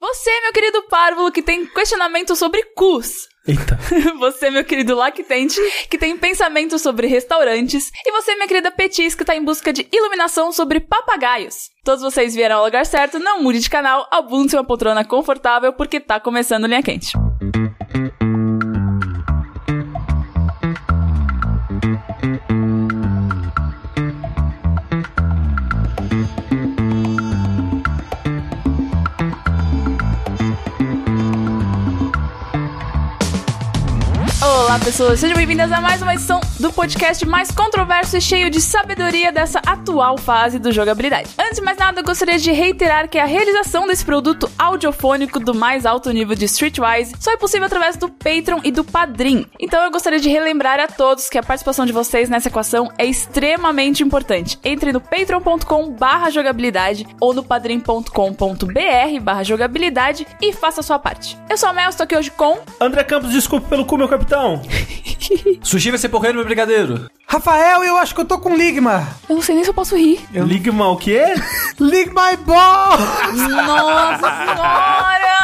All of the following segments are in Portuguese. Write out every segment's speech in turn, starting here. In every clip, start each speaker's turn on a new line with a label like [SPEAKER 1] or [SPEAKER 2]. [SPEAKER 1] você, meu querido párvulo, que tem questionamento sobre cus.
[SPEAKER 2] Eita.
[SPEAKER 1] Você, meu querido lactente, que tem pensamento sobre restaurantes. E você, minha querida Petis, que tá em busca de iluminação sobre papagaios. Todos vocês vieram ao lugar certo, não mude de canal, abunde uma poltrona confortável, porque tá começando Linha Quente. Olá, pessoas, sejam bem-vindas a mais uma edição do podcast mais controverso e cheio de sabedoria dessa atual fase do jogabilidade. Antes de mais nada, eu gostaria de reiterar que a realização desse produto audiofônico do mais alto nível de Streetwise só é possível através do Patreon e do Padrim. Então eu gostaria de relembrar a todos que a participação de vocês nessa equação é extremamente importante. Entre no patreon.com barra jogabilidade ou no padrim.com.br barra jogabilidade e faça a sua parte. Eu sou a Mel, estou aqui hoje com...
[SPEAKER 2] André Campos, desculpe pelo cu, meu capitão.
[SPEAKER 3] Sushi vai ser porreiro, meu brigadeiro.
[SPEAKER 4] Rafael, eu acho que eu tô com Ligma.
[SPEAKER 1] Eu não sei nem se eu posso rir.
[SPEAKER 2] Ligma, o quê?
[SPEAKER 4] Lig my ball!
[SPEAKER 1] Nossa senhora!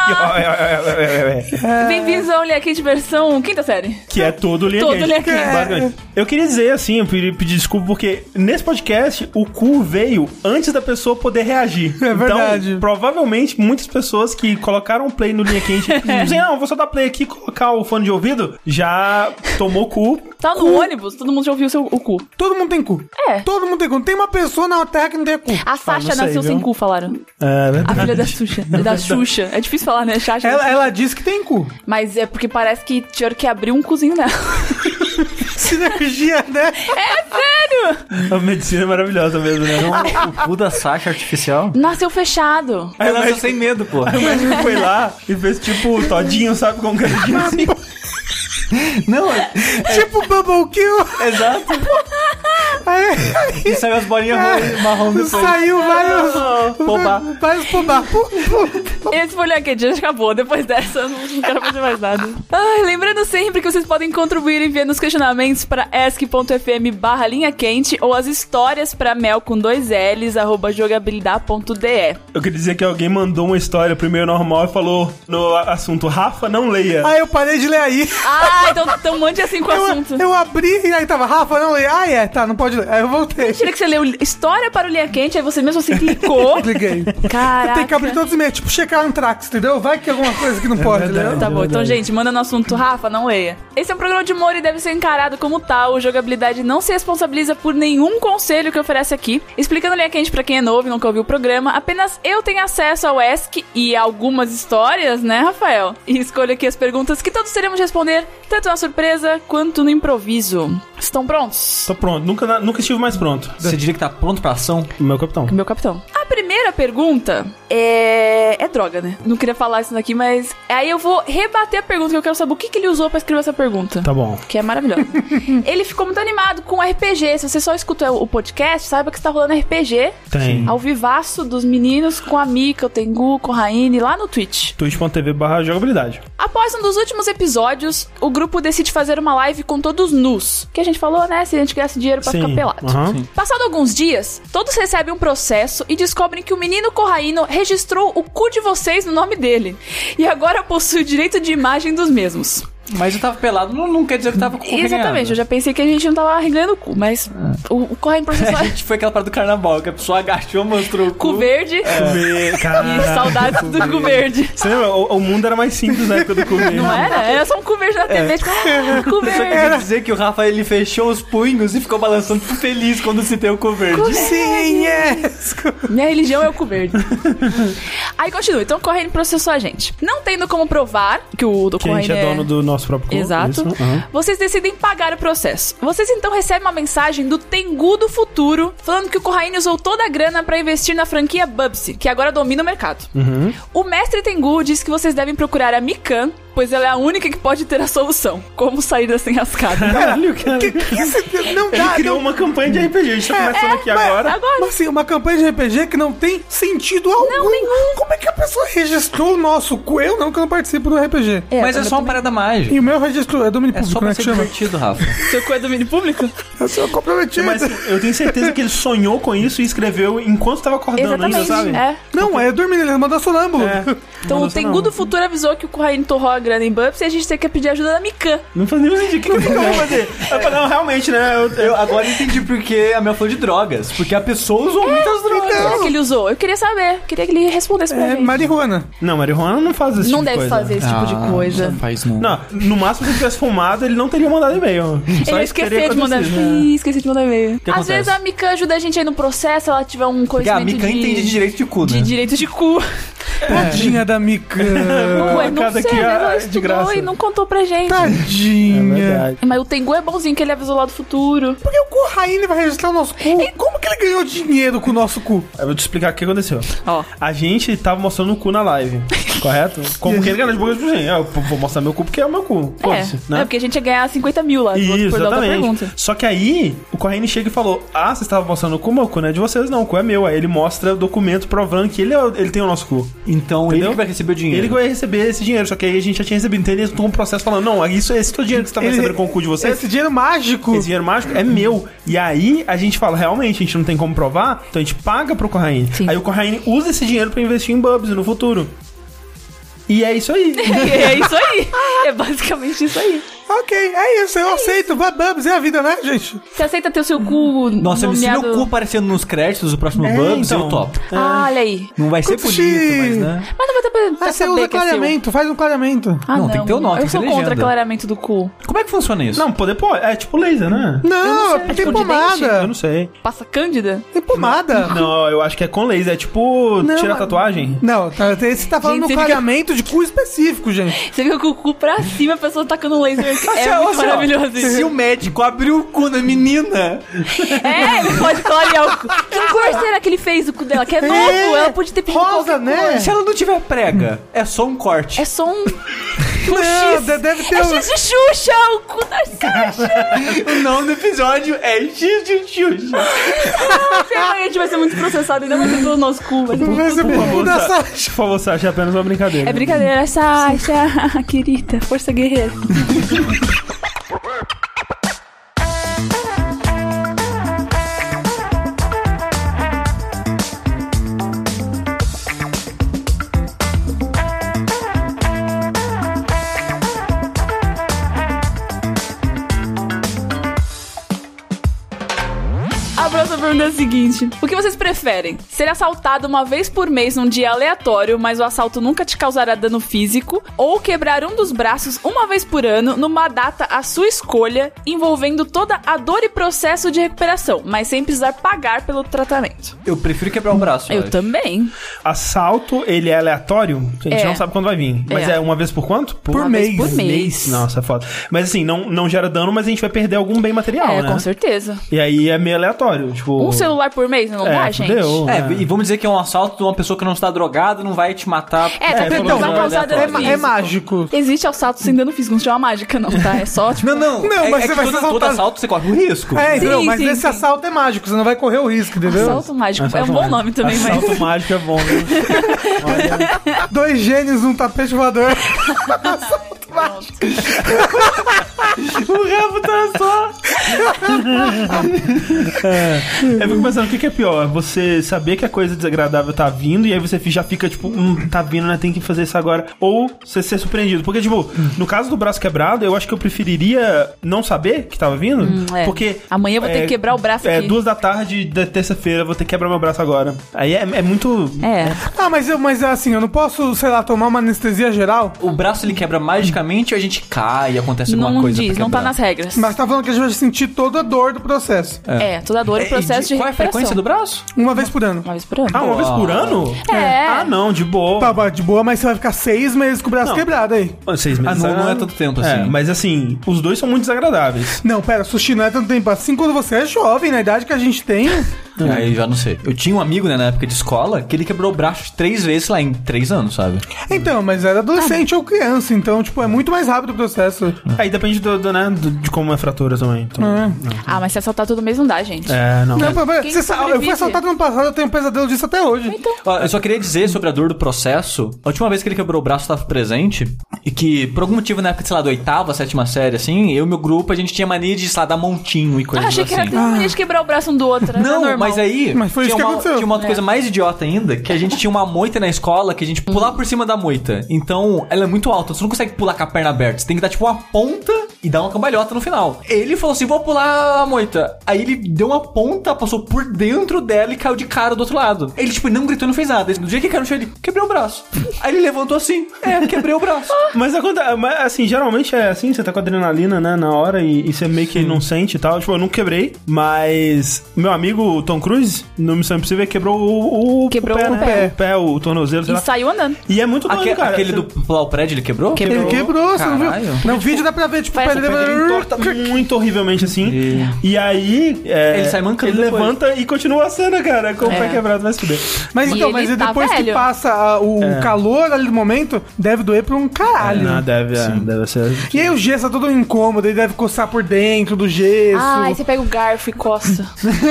[SPEAKER 2] é,
[SPEAKER 1] Bem-vindos ao Olha Aqui de versão quinta série.
[SPEAKER 2] que é todo linha
[SPEAKER 1] Todo
[SPEAKER 2] quente.
[SPEAKER 1] linha quente.
[SPEAKER 2] Basicamente. Eu queria dizer, assim, eu pedi- pedir desculpa, porque nesse podcast, o cu veio antes da pessoa poder reagir.
[SPEAKER 4] É verdade.
[SPEAKER 2] Então, provavelmente, muitas pessoas que colocaram play no linha quente, dizem, não, vou só dar play aqui e colocar o fone de ouvido, já tomou cu.
[SPEAKER 1] Tá no ônibus, todo mundo já ouviu o seu, o cu.
[SPEAKER 4] Todo mundo tem cu.
[SPEAKER 1] É.
[SPEAKER 4] Todo mundo tem cu. Tem uma pessoa na Terra que não tem cu.
[SPEAKER 1] A Sasha
[SPEAKER 2] Ah, não sei,
[SPEAKER 1] nasceu sem
[SPEAKER 2] viu?
[SPEAKER 1] cu, falaram.
[SPEAKER 2] É
[SPEAKER 1] A
[SPEAKER 2] verdade.
[SPEAKER 1] filha da Xuxa. Da Xuxa. É difícil falar, né? Sasha.
[SPEAKER 4] Ela, ela diz que tem cu.
[SPEAKER 1] Mas é porque parece que tiveram que abrir um cozinho nela.
[SPEAKER 4] Sinergia, né?
[SPEAKER 2] A medicina é maravilhosa mesmo, né?
[SPEAKER 3] O cu da Sasha artificial?
[SPEAKER 1] Nasceu fechado.
[SPEAKER 3] Aí ela sem medo, pô.
[SPEAKER 2] O médico foi lá e fez tipo todinho, sabe? Com um
[SPEAKER 1] É
[SPEAKER 2] canudinho assim.
[SPEAKER 3] Não,
[SPEAKER 4] tipo Bubble Kill.
[SPEAKER 3] exato.
[SPEAKER 4] Aí,
[SPEAKER 3] E saiu as bolinhas
[SPEAKER 2] É,
[SPEAKER 3] ro- marrom depois. Ah,
[SPEAKER 4] saiu vários...
[SPEAKER 3] Pobá.
[SPEAKER 4] Vários pobá. Pu- pu-
[SPEAKER 1] Esse foi o Olha Quente, já acabou. Depois dessa, eu não não quero fazer mais nada. Ai, lembrando sempre que vocês podem contribuir enviando os questionamentos para ask.fm barra linha quente ou as histórias para mel com dois L's, arroba jogabilidade.de.
[SPEAKER 2] Eu queria dizer que alguém mandou uma história pro e-mail normal e falou no assunto Rafa, não leia.
[SPEAKER 4] Aí eu parei de ler aí.
[SPEAKER 1] Ah, então, então mande assim com o assunto.
[SPEAKER 4] Eu, eu abri e aí tava, Rafa, não leia. Ah, é, tá, não pode ler. Aí eu voltei.
[SPEAKER 1] Mentira que você leu História para o Linha Quente, aí você mesmo assim clicou.
[SPEAKER 4] Liguei. Tem que
[SPEAKER 1] Caraca.
[SPEAKER 4] abrir todos os e-mails, tipo checar Antrax, entendeu? Vai que é alguma coisa que não pode,
[SPEAKER 2] É verdade.
[SPEAKER 4] né?
[SPEAKER 1] Tá bom, então, gente, manda no assunto, Rafa, não leia. Esse é um programa de humor e deve ser encarado como tal. O jogabilidade não se responsabiliza por nenhum conselho que oferece aqui. Explicando linha quente pra quem é novo e nunca ouviu o programa, apenas eu tenho acesso ao ESC e a algumas histórias, né, Rafael? E escolho aqui as perguntas que todos teremos de responder, tanto na surpresa quanto no improviso. Estão prontos?
[SPEAKER 2] Tô pronto, nunca, nunca estive mais pronto.
[SPEAKER 3] Você diria que tá pronto pra ação?
[SPEAKER 2] Meu capitão.
[SPEAKER 1] Meu capitão. A primeira pergunta é. É droga, né? Não queria falar isso daqui, mas. Aí eu vou rebater a pergunta, que eu quero saber o que, que ele usou pra escrever essa pergunta.
[SPEAKER 2] Tá bom.
[SPEAKER 1] Que é maravilhosa. ele ficou muito animado com RPG. Se você só escuta o podcast, saiba que está rolando RPG.
[SPEAKER 2] Tem.
[SPEAKER 1] Ao vivaço dos meninos com a Mika, o Tengu, com a Raine, lá no Twitch.
[SPEAKER 2] twitch.tv barra jogabilidade.
[SPEAKER 1] Após um dos últimos episódios, o grupo decide fazer uma live com todos nus. Que a gente falou, né? Se a gente ganhasse dinheiro pra ficar pelado.
[SPEAKER 2] aham.
[SPEAKER 1] Passado alguns dias, todos recebem um processo e descobrem que o menino Corraino registrou o cu de vocês no nome dele. E agora possui o direito de imagem dos mesmos.
[SPEAKER 3] Mas eu tava pelado, não, não quer dizer que tava com né?
[SPEAKER 1] Exatamente, eu já pensei que a gente não tava arreglando o cu, mas o, o Corraino processou
[SPEAKER 3] A gente foi aquela parada do carnaval, que a pessoa agachou, mostrou o
[SPEAKER 1] é cu
[SPEAKER 3] cu.
[SPEAKER 1] verde
[SPEAKER 2] É.
[SPEAKER 3] É.
[SPEAKER 2] Comer,
[SPEAKER 1] e
[SPEAKER 2] cara.
[SPEAKER 1] saudades do cu verde.
[SPEAKER 2] Você lembra? O, o mundo era mais simples na época do comer.
[SPEAKER 1] Não era? Era só um cu verde na
[SPEAKER 2] É.
[SPEAKER 1] TV, tipo, ah, cu
[SPEAKER 3] Eu só
[SPEAKER 1] verde.
[SPEAKER 3] queria dizer que o Rafa ele fechou os punhos e ficou balançando tipo, feliz quando citei o cu verde.
[SPEAKER 4] Sim, é.
[SPEAKER 1] Minha religião é o cu verde. Aí continua, então o Corraine processou a gente. Não tendo como provar que o do
[SPEAKER 2] Que a gente
[SPEAKER 1] Corraine
[SPEAKER 2] é dono
[SPEAKER 1] é...
[SPEAKER 2] do nosso próprio corpo.
[SPEAKER 1] Exato.
[SPEAKER 2] isso? Aham.
[SPEAKER 1] Vocês decidem pagar o processo. Vocês então recebem uma mensagem do Tengu do futuro falando que o Corraine usou toda a grana pra investir na franquia Bubsy, que agora domina o mercado. O mestre Tengu diz que vocês devem procurar a Mikan pois ela é a única que pode ter a solução. Como sair dessa enrascada?
[SPEAKER 2] Caralho, cara.
[SPEAKER 4] Que, que esse- não
[SPEAKER 2] Ele
[SPEAKER 1] Ah,
[SPEAKER 4] dá,
[SPEAKER 2] criou
[SPEAKER 4] não-
[SPEAKER 2] uma campanha de RPG. A gente tá
[SPEAKER 1] É,
[SPEAKER 2] começando aqui
[SPEAKER 4] mas-
[SPEAKER 2] agora.
[SPEAKER 1] Agora.
[SPEAKER 4] Mas assim, uma campanha de RPG que não tem sentido algum.
[SPEAKER 1] nenhum.
[SPEAKER 4] Como é que a pessoa registrou o nosso? cu? Eu não, que eu não participo do RPG.
[SPEAKER 3] Mas é só uma parada mágica.
[SPEAKER 4] E o meu registro é domínio
[SPEAKER 3] É só
[SPEAKER 4] público, né?
[SPEAKER 3] pra
[SPEAKER 4] Que
[SPEAKER 3] ser
[SPEAKER 4] chama.
[SPEAKER 3] divertido, Rafa.
[SPEAKER 1] Seu cu é domínio público?
[SPEAKER 4] Eu sou comprometido.
[SPEAKER 2] Mas assim, eu tenho certeza que ele sonhou com isso e escreveu enquanto tava acordando ainda, sabe?
[SPEAKER 1] Exatamente. É.
[SPEAKER 4] Não, é dormindo, ele É mandou sonâmbulo.
[SPEAKER 2] É.
[SPEAKER 1] Então o Tengu do Futuro avisou que o Corraine torrou a grana em Bumps e a gente tem que pedir ajuda da Mikan.
[SPEAKER 2] Não faz nenhum sentido. O que, que eu vou fazer? Eu
[SPEAKER 3] É,
[SPEAKER 2] falei, não, realmente, né? Eu, eu-
[SPEAKER 3] Eu agora entendi porque a minha falou de drogas. Porque a pessoa usou muitas drogas.
[SPEAKER 1] Será É que ele usou? Eu queria saber. Queria que ele respondesse pra
[SPEAKER 4] É
[SPEAKER 1] gente.
[SPEAKER 4] marihuana.
[SPEAKER 2] Não, marihuana não faz esse
[SPEAKER 1] Não
[SPEAKER 2] tipo
[SPEAKER 1] deve
[SPEAKER 2] de coisa.
[SPEAKER 1] fazer esse tipo de coisa.
[SPEAKER 3] faz não.
[SPEAKER 2] Não, no máximo se ele tivesse fumado, ele não teria mandado e-mail.
[SPEAKER 1] Ele ia esquecer de mandar.
[SPEAKER 2] assim.
[SPEAKER 3] É.
[SPEAKER 1] Ih, esqueci de mandar e-mail.
[SPEAKER 2] que
[SPEAKER 1] Às vezes
[SPEAKER 2] acontece?
[SPEAKER 1] a Mikan ajuda a gente aí no processo, ela tiver um
[SPEAKER 3] Porque a
[SPEAKER 1] conhecimento
[SPEAKER 3] Mika
[SPEAKER 1] de...
[SPEAKER 3] entende de direito de cu, né?
[SPEAKER 1] de direito de cu.
[SPEAKER 2] É.
[SPEAKER 4] Tadinha da Mica.
[SPEAKER 1] Ué, não
[SPEAKER 2] cada
[SPEAKER 1] sei,
[SPEAKER 2] aqui
[SPEAKER 1] né?
[SPEAKER 2] é
[SPEAKER 1] Ela
[SPEAKER 2] de
[SPEAKER 1] estudou
[SPEAKER 2] graça.
[SPEAKER 1] e não contou pra gente.
[SPEAKER 3] Tá.
[SPEAKER 1] É.
[SPEAKER 4] Tadinha.
[SPEAKER 1] Mas o Tengu é bonzinho, que ele avisou lá do futuro.
[SPEAKER 4] Por que o Corraine vai registrar o nosso cu? Como que ele ganhou dinheiro com o nosso cu?
[SPEAKER 2] Eu vou te explicar o que aconteceu.
[SPEAKER 1] Ó.
[SPEAKER 2] A gente tava mostrando o cu na live, correto? Como quem ganha as bocas pro gente. Eu vou mostrar meu cu porque é o meu cu.
[SPEAKER 1] É,
[SPEAKER 2] Foda-se,
[SPEAKER 3] né?
[SPEAKER 1] é, porque a gente ia ganhar 50 mil lá.
[SPEAKER 2] Isso,
[SPEAKER 1] por dar outra
[SPEAKER 2] exatamente.
[SPEAKER 1] pergunta.
[SPEAKER 2] Só que aí, o Corraine chega e falou: Ah, vocês estavam mostrando o cu, meu cu não é de vocês, não, o cu é meu. Aí ele mostra o documento provando que ele, é o- ele tem o nosso cu.
[SPEAKER 3] Então
[SPEAKER 2] Entendeu?
[SPEAKER 3] ele que vai receber o dinheiro.
[SPEAKER 2] Ele que vai receber esse dinheiro, só que aí a gente já tinha recebido. Então ele entrou um processo falando: Não, isso é esse teu dinheiro que você tava recebendo com o cu de vocês.
[SPEAKER 4] Esse dinheiro mágico.
[SPEAKER 2] Esse dinheiro mágico é meu. E aí a gente fala, realmente, a gente não tem como provar, então a gente paga pro Corraine.
[SPEAKER 1] Sim.
[SPEAKER 2] Aí o Corraine usa esse dinheiro pra investir em Bubs no futuro. E é isso aí.
[SPEAKER 1] É isso aí. É basicamente isso aí.
[SPEAKER 4] Ok, é isso, eu aceito. Babamos, é a vida, né, gente?
[SPEAKER 1] Você aceita ter o seu cu
[SPEAKER 3] Nossa, se
[SPEAKER 1] nomeado...
[SPEAKER 3] meu cu É. aparecendo nos créditos do próximo
[SPEAKER 2] É,
[SPEAKER 3] Bubs,
[SPEAKER 2] então.
[SPEAKER 3] eu topo.
[SPEAKER 1] Ah, olha aí.
[SPEAKER 3] Não vai ser
[SPEAKER 4] Quantos
[SPEAKER 3] bonito,
[SPEAKER 4] de-
[SPEAKER 3] mas né?
[SPEAKER 1] Mas não vai ter pra, pra
[SPEAKER 4] Ah, você
[SPEAKER 1] saber
[SPEAKER 4] usa
[SPEAKER 1] que é seu.
[SPEAKER 4] clareamento, faz um clareamento.
[SPEAKER 1] Ah,
[SPEAKER 3] Não,
[SPEAKER 1] não,
[SPEAKER 3] tem que ter o nó, tem
[SPEAKER 1] Eu
[SPEAKER 3] que ter
[SPEAKER 1] sou contra
[SPEAKER 3] legenda.
[SPEAKER 1] clareamento do cu.
[SPEAKER 3] Como é que funciona isso?
[SPEAKER 2] Não, poder pô, é tipo laser, né?
[SPEAKER 4] Não,
[SPEAKER 1] sei, tipo
[SPEAKER 4] tem
[SPEAKER 1] de
[SPEAKER 2] Eu
[SPEAKER 4] pomada.
[SPEAKER 2] não sei.
[SPEAKER 1] Passa cândida?
[SPEAKER 4] Tem pomada.
[SPEAKER 2] Não, eu acho que é com laser, é tipo
[SPEAKER 4] Não,
[SPEAKER 2] tira a
[SPEAKER 4] mas-
[SPEAKER 2] tatuagem.
[SPEAKER 4] Não, tá, tem- você tá falando
[SPEAKER 1] Gente,
[SPEAKER 4] de
[SPEAKER 1] você
[SPEAKER 4] um
[SPEAKER 1] fica-
[SPEAKER 4] clareamento de cu específico, gente.
[SPEAKER 1] Você fica com o cu pra cima, a pessoa tacando um laser.
[SPEAKER 3] Assim,
[SPEAKER 1] é
[SPEAKER 3] ó,
[SPEAKER 1] muito
[SPEAKER 3] assim, ó,
[SPEAKER 1] maravilhoso
[SPEAKER 3] Se
[SPEAKER 1] isso.
[SPEAKER 3] o médico abriu o cu da menina,
[SPEAKER 1] É, ele pode clarear o cu. Que cor será que ele fez o cu dela? Que é novo,
[SPEAKER 4] É,
[SPEAKER 1] ela podia ter pedido
[SPEAKER 4] Rosa,
[SPEAKER 1] qualquer
[SPEAKER 4] né?
[SPEAKER 3] se ela não tiver prega, é só um corte.
[SPEAKER 1] É só um...
[SPEAKER 4] Não,
[SPEAKER 1] X.
[SPEAKER 4] de- deve ter
[SPEAKER 1] É
[SPEAKER 4] um...
[SPEAKER 1] X de Xuxa, o cu da Xuxa.
[SPEAKER 3] O nome do episódio é X de Xuxa.
[SPEAKER 1] Sei lá, a gente vai ser muito processado, ainda vai ter pelo nosso cu. vai ser muito-
[SPEAKER 4] Vai ser
[SPEAKER 2] Por
[SPEAKER 4] o
[SPEAKER 2] favor,
[SPEAKER 4] um
[SPEAKER 1] tá.
[SPEAKER 4] da
[SPEAKER 2] Sa-
[SPEAKER 4] Sasha.
[SPEAKER 2] por favor, Sasha, é apenas uma brincadeira.
[SPEAKER 1] É brincadeira, Sasha, querida, força guerreira. A próxima pergunta é a seguinte: O que vocês preferem? Ser assaltado uma vez por mês num dia aleatório, mas o assalto nunca te causará dano físico? Ou quebrar um dos braços uma vez por ano, numa data à sua escolha, envolvendo toda a dor e processo de recuperação, mas sem precisar pagar pelo tratamento?
[SPEAKER 3] Eu prefiro quebrar o braço.
[SPEAKER 1] Eu
[SPEAKER 3] acho.
[SPEAKER 1] também.
[SPEAKER 2] Assalto, ele é aleatório? A gente
[SPEAKER 1] É.
[SPEAKER 2] não sabe quando vai vir. Mas
[SPEAKER 1] É.
[SPEAKER 2] é, uma vez por quanto? Por
[SPEAKER 1] Uma vez por mês.
[SPEAKER 2] Nossa, é foda. Mas assim, não, não gera dano, mas a gente vai perder algum bem material,
[SPEAKER 1] é,
[SPEAKER 2] né?
[SPEAKER 1] com certeza.
[SPEAKER 2] E aí é meio aleatório, tipo...
[SPEAKER 1] Um celular por mês não
[SPEAKER 2] é,
[SPEAKER 1] dá, gente?
[SPEAKER 2] fudeu,
[SPEAKER 3] É,
[SPEAKER 2] né?
[SPEAKER 3] e vamos dizer que é um assalto de uma pessoa que não está drogada, não vai te matar.
[SPEAKER 1] É, tá
[SPEAKER 2] É,
[SPEAKER 1] tentando
[SPEAKER 2] falou
[SPEAKER 1] vai
[SPEAKER 2] que
[SPEAKER 1] causar
[SPEAKER 3] não é
[SPEAKER 4] É,
[SPEAKER 1] dano
[SPEAKER 4] ma-
[SPEAKER 1] físico.
[SPEAKER 4] é mágico.
[SPEAKER 1] Existe assalto sem dano físico, não se chama mágica, não, tá? É só, tipo.
[SPEAKER 3] Não, não.
[SPEAKER 4] Não,
[SPEAKER 3] é,
[SPEAKER 4] mas
[SPEAKER 3] é
[SPEAKER 4] você
[SPEAKER 3] que
[SPEAKER 4] vai
[SPEAKER 3] todo,
[SPEAKER 4] ser
[SPEAKER 3] todo
[SPEAKER 4] assaltado.
[SPEAKER 3] assalto você corre o risco.
[SPEAKER 4] É, entendeu?
[SPEAKER 1] Sim,
[SPEAKER 4] mas
[SPEAKER 1] sim,
[SPEAKER 4] esse
[SPEAKER 1] sim.
[SPEAKER 4] assalto é mágico, você não vai correr o risco, entendeu?
[SPEAKER 1] Assalto mágico.
[SPEAKER 2] Assalto
[SPEAKER 1] é um bom
[SPEAKER 2] mágico.
[SPEAKER 1] nome também, mas.
[SPEAKER 2] Assalto mágico é bom, né?
[SPEAKER 4] Dois gênios num tapete voador.
[SPEAKER 3] O Rafa tá só.
[SPEAKER 2] Eu fico pensando, o que, que é pior? Você saber que a coisa desagradável tá vindo e aí você fi- já fica tipo, hum, tá vindo, né? Tem que fazer isso agora. Ou você ser surpreendido. Porque, tipo, no caso do braço quebrado, eu acho que eu preferiria não saber que tava vindo.
[SPEAKER 1] é.
[SPEAKER 2] Porque.
[SPEAKER 1] Amanhã eu vou ter que quebrar o braço
[SPEAKER 2] É,
[SPEAKER 1] aqui.
[SPEAKER 2] duas da tarde da terça-feira, eu vou ter que quebrar meu braço agora. Aí é, é muito.
[SPEAKER 1] É.
[SPEAKER 4] Ah, mas, eu, mas assim, eu não posso, sei lá, tomar uma anestesia geral?
[SPEAKER 3] O braço ele quebra magicamente ou a gente cai e acontece alguma
[SPEAKER 1] Não
[SPEAKER 3] coisa? é pra
[SPEAKER 1] diz, não tá
[SPEAKER 3] quebrar?
[SPEAKER 1] nas regras.
[SPEAKER 4] Mas tá falando que a gente vai sentir toda a dor do processo.
[SPEAKER 1] É, toda dor e processo de,
[SPEAKER 3] Qual é a
[SPEAKER 1] recuperação.
[SPEAKER 3] frequência do braço?
[SPEAKER 4] Uma vez por ano.
[SPEAKER 1] Uma vez por ano.
[SPEAKER 2] Ah, uma vez por ano?
[SPEAKER 1] É.
[SPEAKER 2] Ah, não, de boa.
[SPEAKER 4] Tá, bom, de boa, mas você vai ficar seis meses com o braço
[SPEAKER 2] Não.
[SPEAKER 4] quebrado aí.
[SPEAKER 2] Seis
[SPEAKER 3] meses. não é tanto tempo assim.
[SPEAKER 2] mas assim, os dois são muito desagradáveis.
[SPEAKER 4] Não, pera, sushi não é tanto tempo assim quando você é jovem, na idade que a gente tem.
[SPEAKER 3] Aí já não sei. Eu tinha um amigo, né, na época de escola, que ele quebrou o braço três vezes lá em três anos, sabe?
[SPEAKER 4] Então, mas era adolescente ou criança, então, tipo, é muito mais rápido o processo.
[SPEAKER 2] Aí depende do, do, né, do- de como é a fratura também. Então,
[SPEAKER 1] Ah, mas se assaltar tudo mesmo dá, gente.
[SPEAKER 2] É, não.
[SPEAKER 4] Não, mas-
[SPEAKER 1] Quem
[SPEAKER 4] você sa- eu
[SPEAKER 1] sobrevive?
[SPEAKER 4] fui assaltado no passado, eu tenho um pesadelo disso até hoje.
[SPEAKER 1] Então,
[SPEAKER 3] Ó, Eu só queria dizer sobre a dor do processo. A última vez que ele quebrou o braço, eu tava presente. E que, por algum motivo, na época, sei lá, da oitava, sétima série, assim, eu e meu grupo, a gente tinha mania de, sei lá, dar montinho e coisas
[SPEAKER 1] ah, achei que
[SPEAKER 3] assim.
[SPEAKER 1] era tão bonito de quebrar o braço um do outro. né?
[SPEAKER 3] Não,
[SPEAKER 1] normal.
[SPEAKER 3] mas aí
[SPEAKER 4] Mas foi isso
[SPEAKER 3] tinha,
[SPEAKER 4] que
[SPEAKER 3] uma,
[SPEAKER 4] aconteceu.
[SPEAKER 3] tinha uma outra
[SPEAKER 1] É.
[SPEAKER 3] coisa mais idiota ainda, que a gente tinha uma moita na escola que a gente pulava por cima da moita. Então, ela é muito alta, você não consegue pular com a perna aberta. Você tem que dar tipo uma ponta e dar uma cambalhota no final. Ele falou assim: vou pular a moita. Aí ele deu uma ponta, passou por dentro dela e caiu de cara do outro lado. Ele, tipo, não gritou, não fez nada. Do dia que ele caiu no chão, ele quebrei o braço. Aí ele levantou assim: é, quebrei o braço.
[SPEAKER 2] Mas, acontece, mas, assim, geralmente é assim, você tá com adrenalina, né, na hora e, e você meio que não sente e tal. Tipo, eu não quebrei, mas meu amigo Tom Cruise, no Missão Impossível, quebrou o, o,
[SPEAKER 1] Quebrou
[SPEAKER 2] pé,
[SPEAKER 1] o
[SPEAKER 2] né?
[SPEAKER 1] pé.
[SPEAKER 2] O pé, o tornozelo, sei
[SPEAKER 1] E
[SPEAKER 2] lá.
[SPEAKER 1] saiu andando.
[SPEAKER 2] E é muito doido,
[SPEAKER 3] Aque-
[SPEAKER 2] cara.
[SPEAKER 3] aquele
[SPEAKER 2] Você-
[SPEAKER 3] do pular o prédio, ele quebrou?
[SPEAKER 1] Quebrou.
[SPEAKER 4] Ele quebrou, você não viu?
[SPEAKER 3] Caralho.
[SPEAKER 4] No vídeo dá pra ver, tipo, o
[SPEAKER 1] Parece
[SPEAKER 4] pé
[SPEAKER 2] Mas ele entorta
[SPEAKER 4] dele...
[SPEAKER 2] muito horrivelmente assim. E aí. é,
[SPEAKER 3] Ele sai mancando
[SPEAKER 2] Ele
[SPEAKER 3] depois.
[SPEAKER 2] levanta e continua a cena, cara. Com o
[SPEAKER 1] É.
[SPEAKER 2] pé quebrado, vai se fuder.
[SPEAKER 4] Mas
[SPEAKER 1] E
[SPEAKER 4] então,
[SPEAKER 1] ele
[SPEAKER 4] mas e
[SPEAKER 1] tá
[SPEAKER 4] depois que
[SPEAKER 1] velho. É.
[SPEAKER 4] passa ah, o calor ali do momento, deve doer pra um
[SPEAKER 3] Ah,
[SPEAKER 4] caralho.
[SPEAKER 2] Não, deve, é, deve ser.
[SPEAKER 4] E aí o gesso é todo incômodo, ele deve coçar por dentro do gesso.
[SPEAKER 1] Ah, aí você pega o garfo e costa.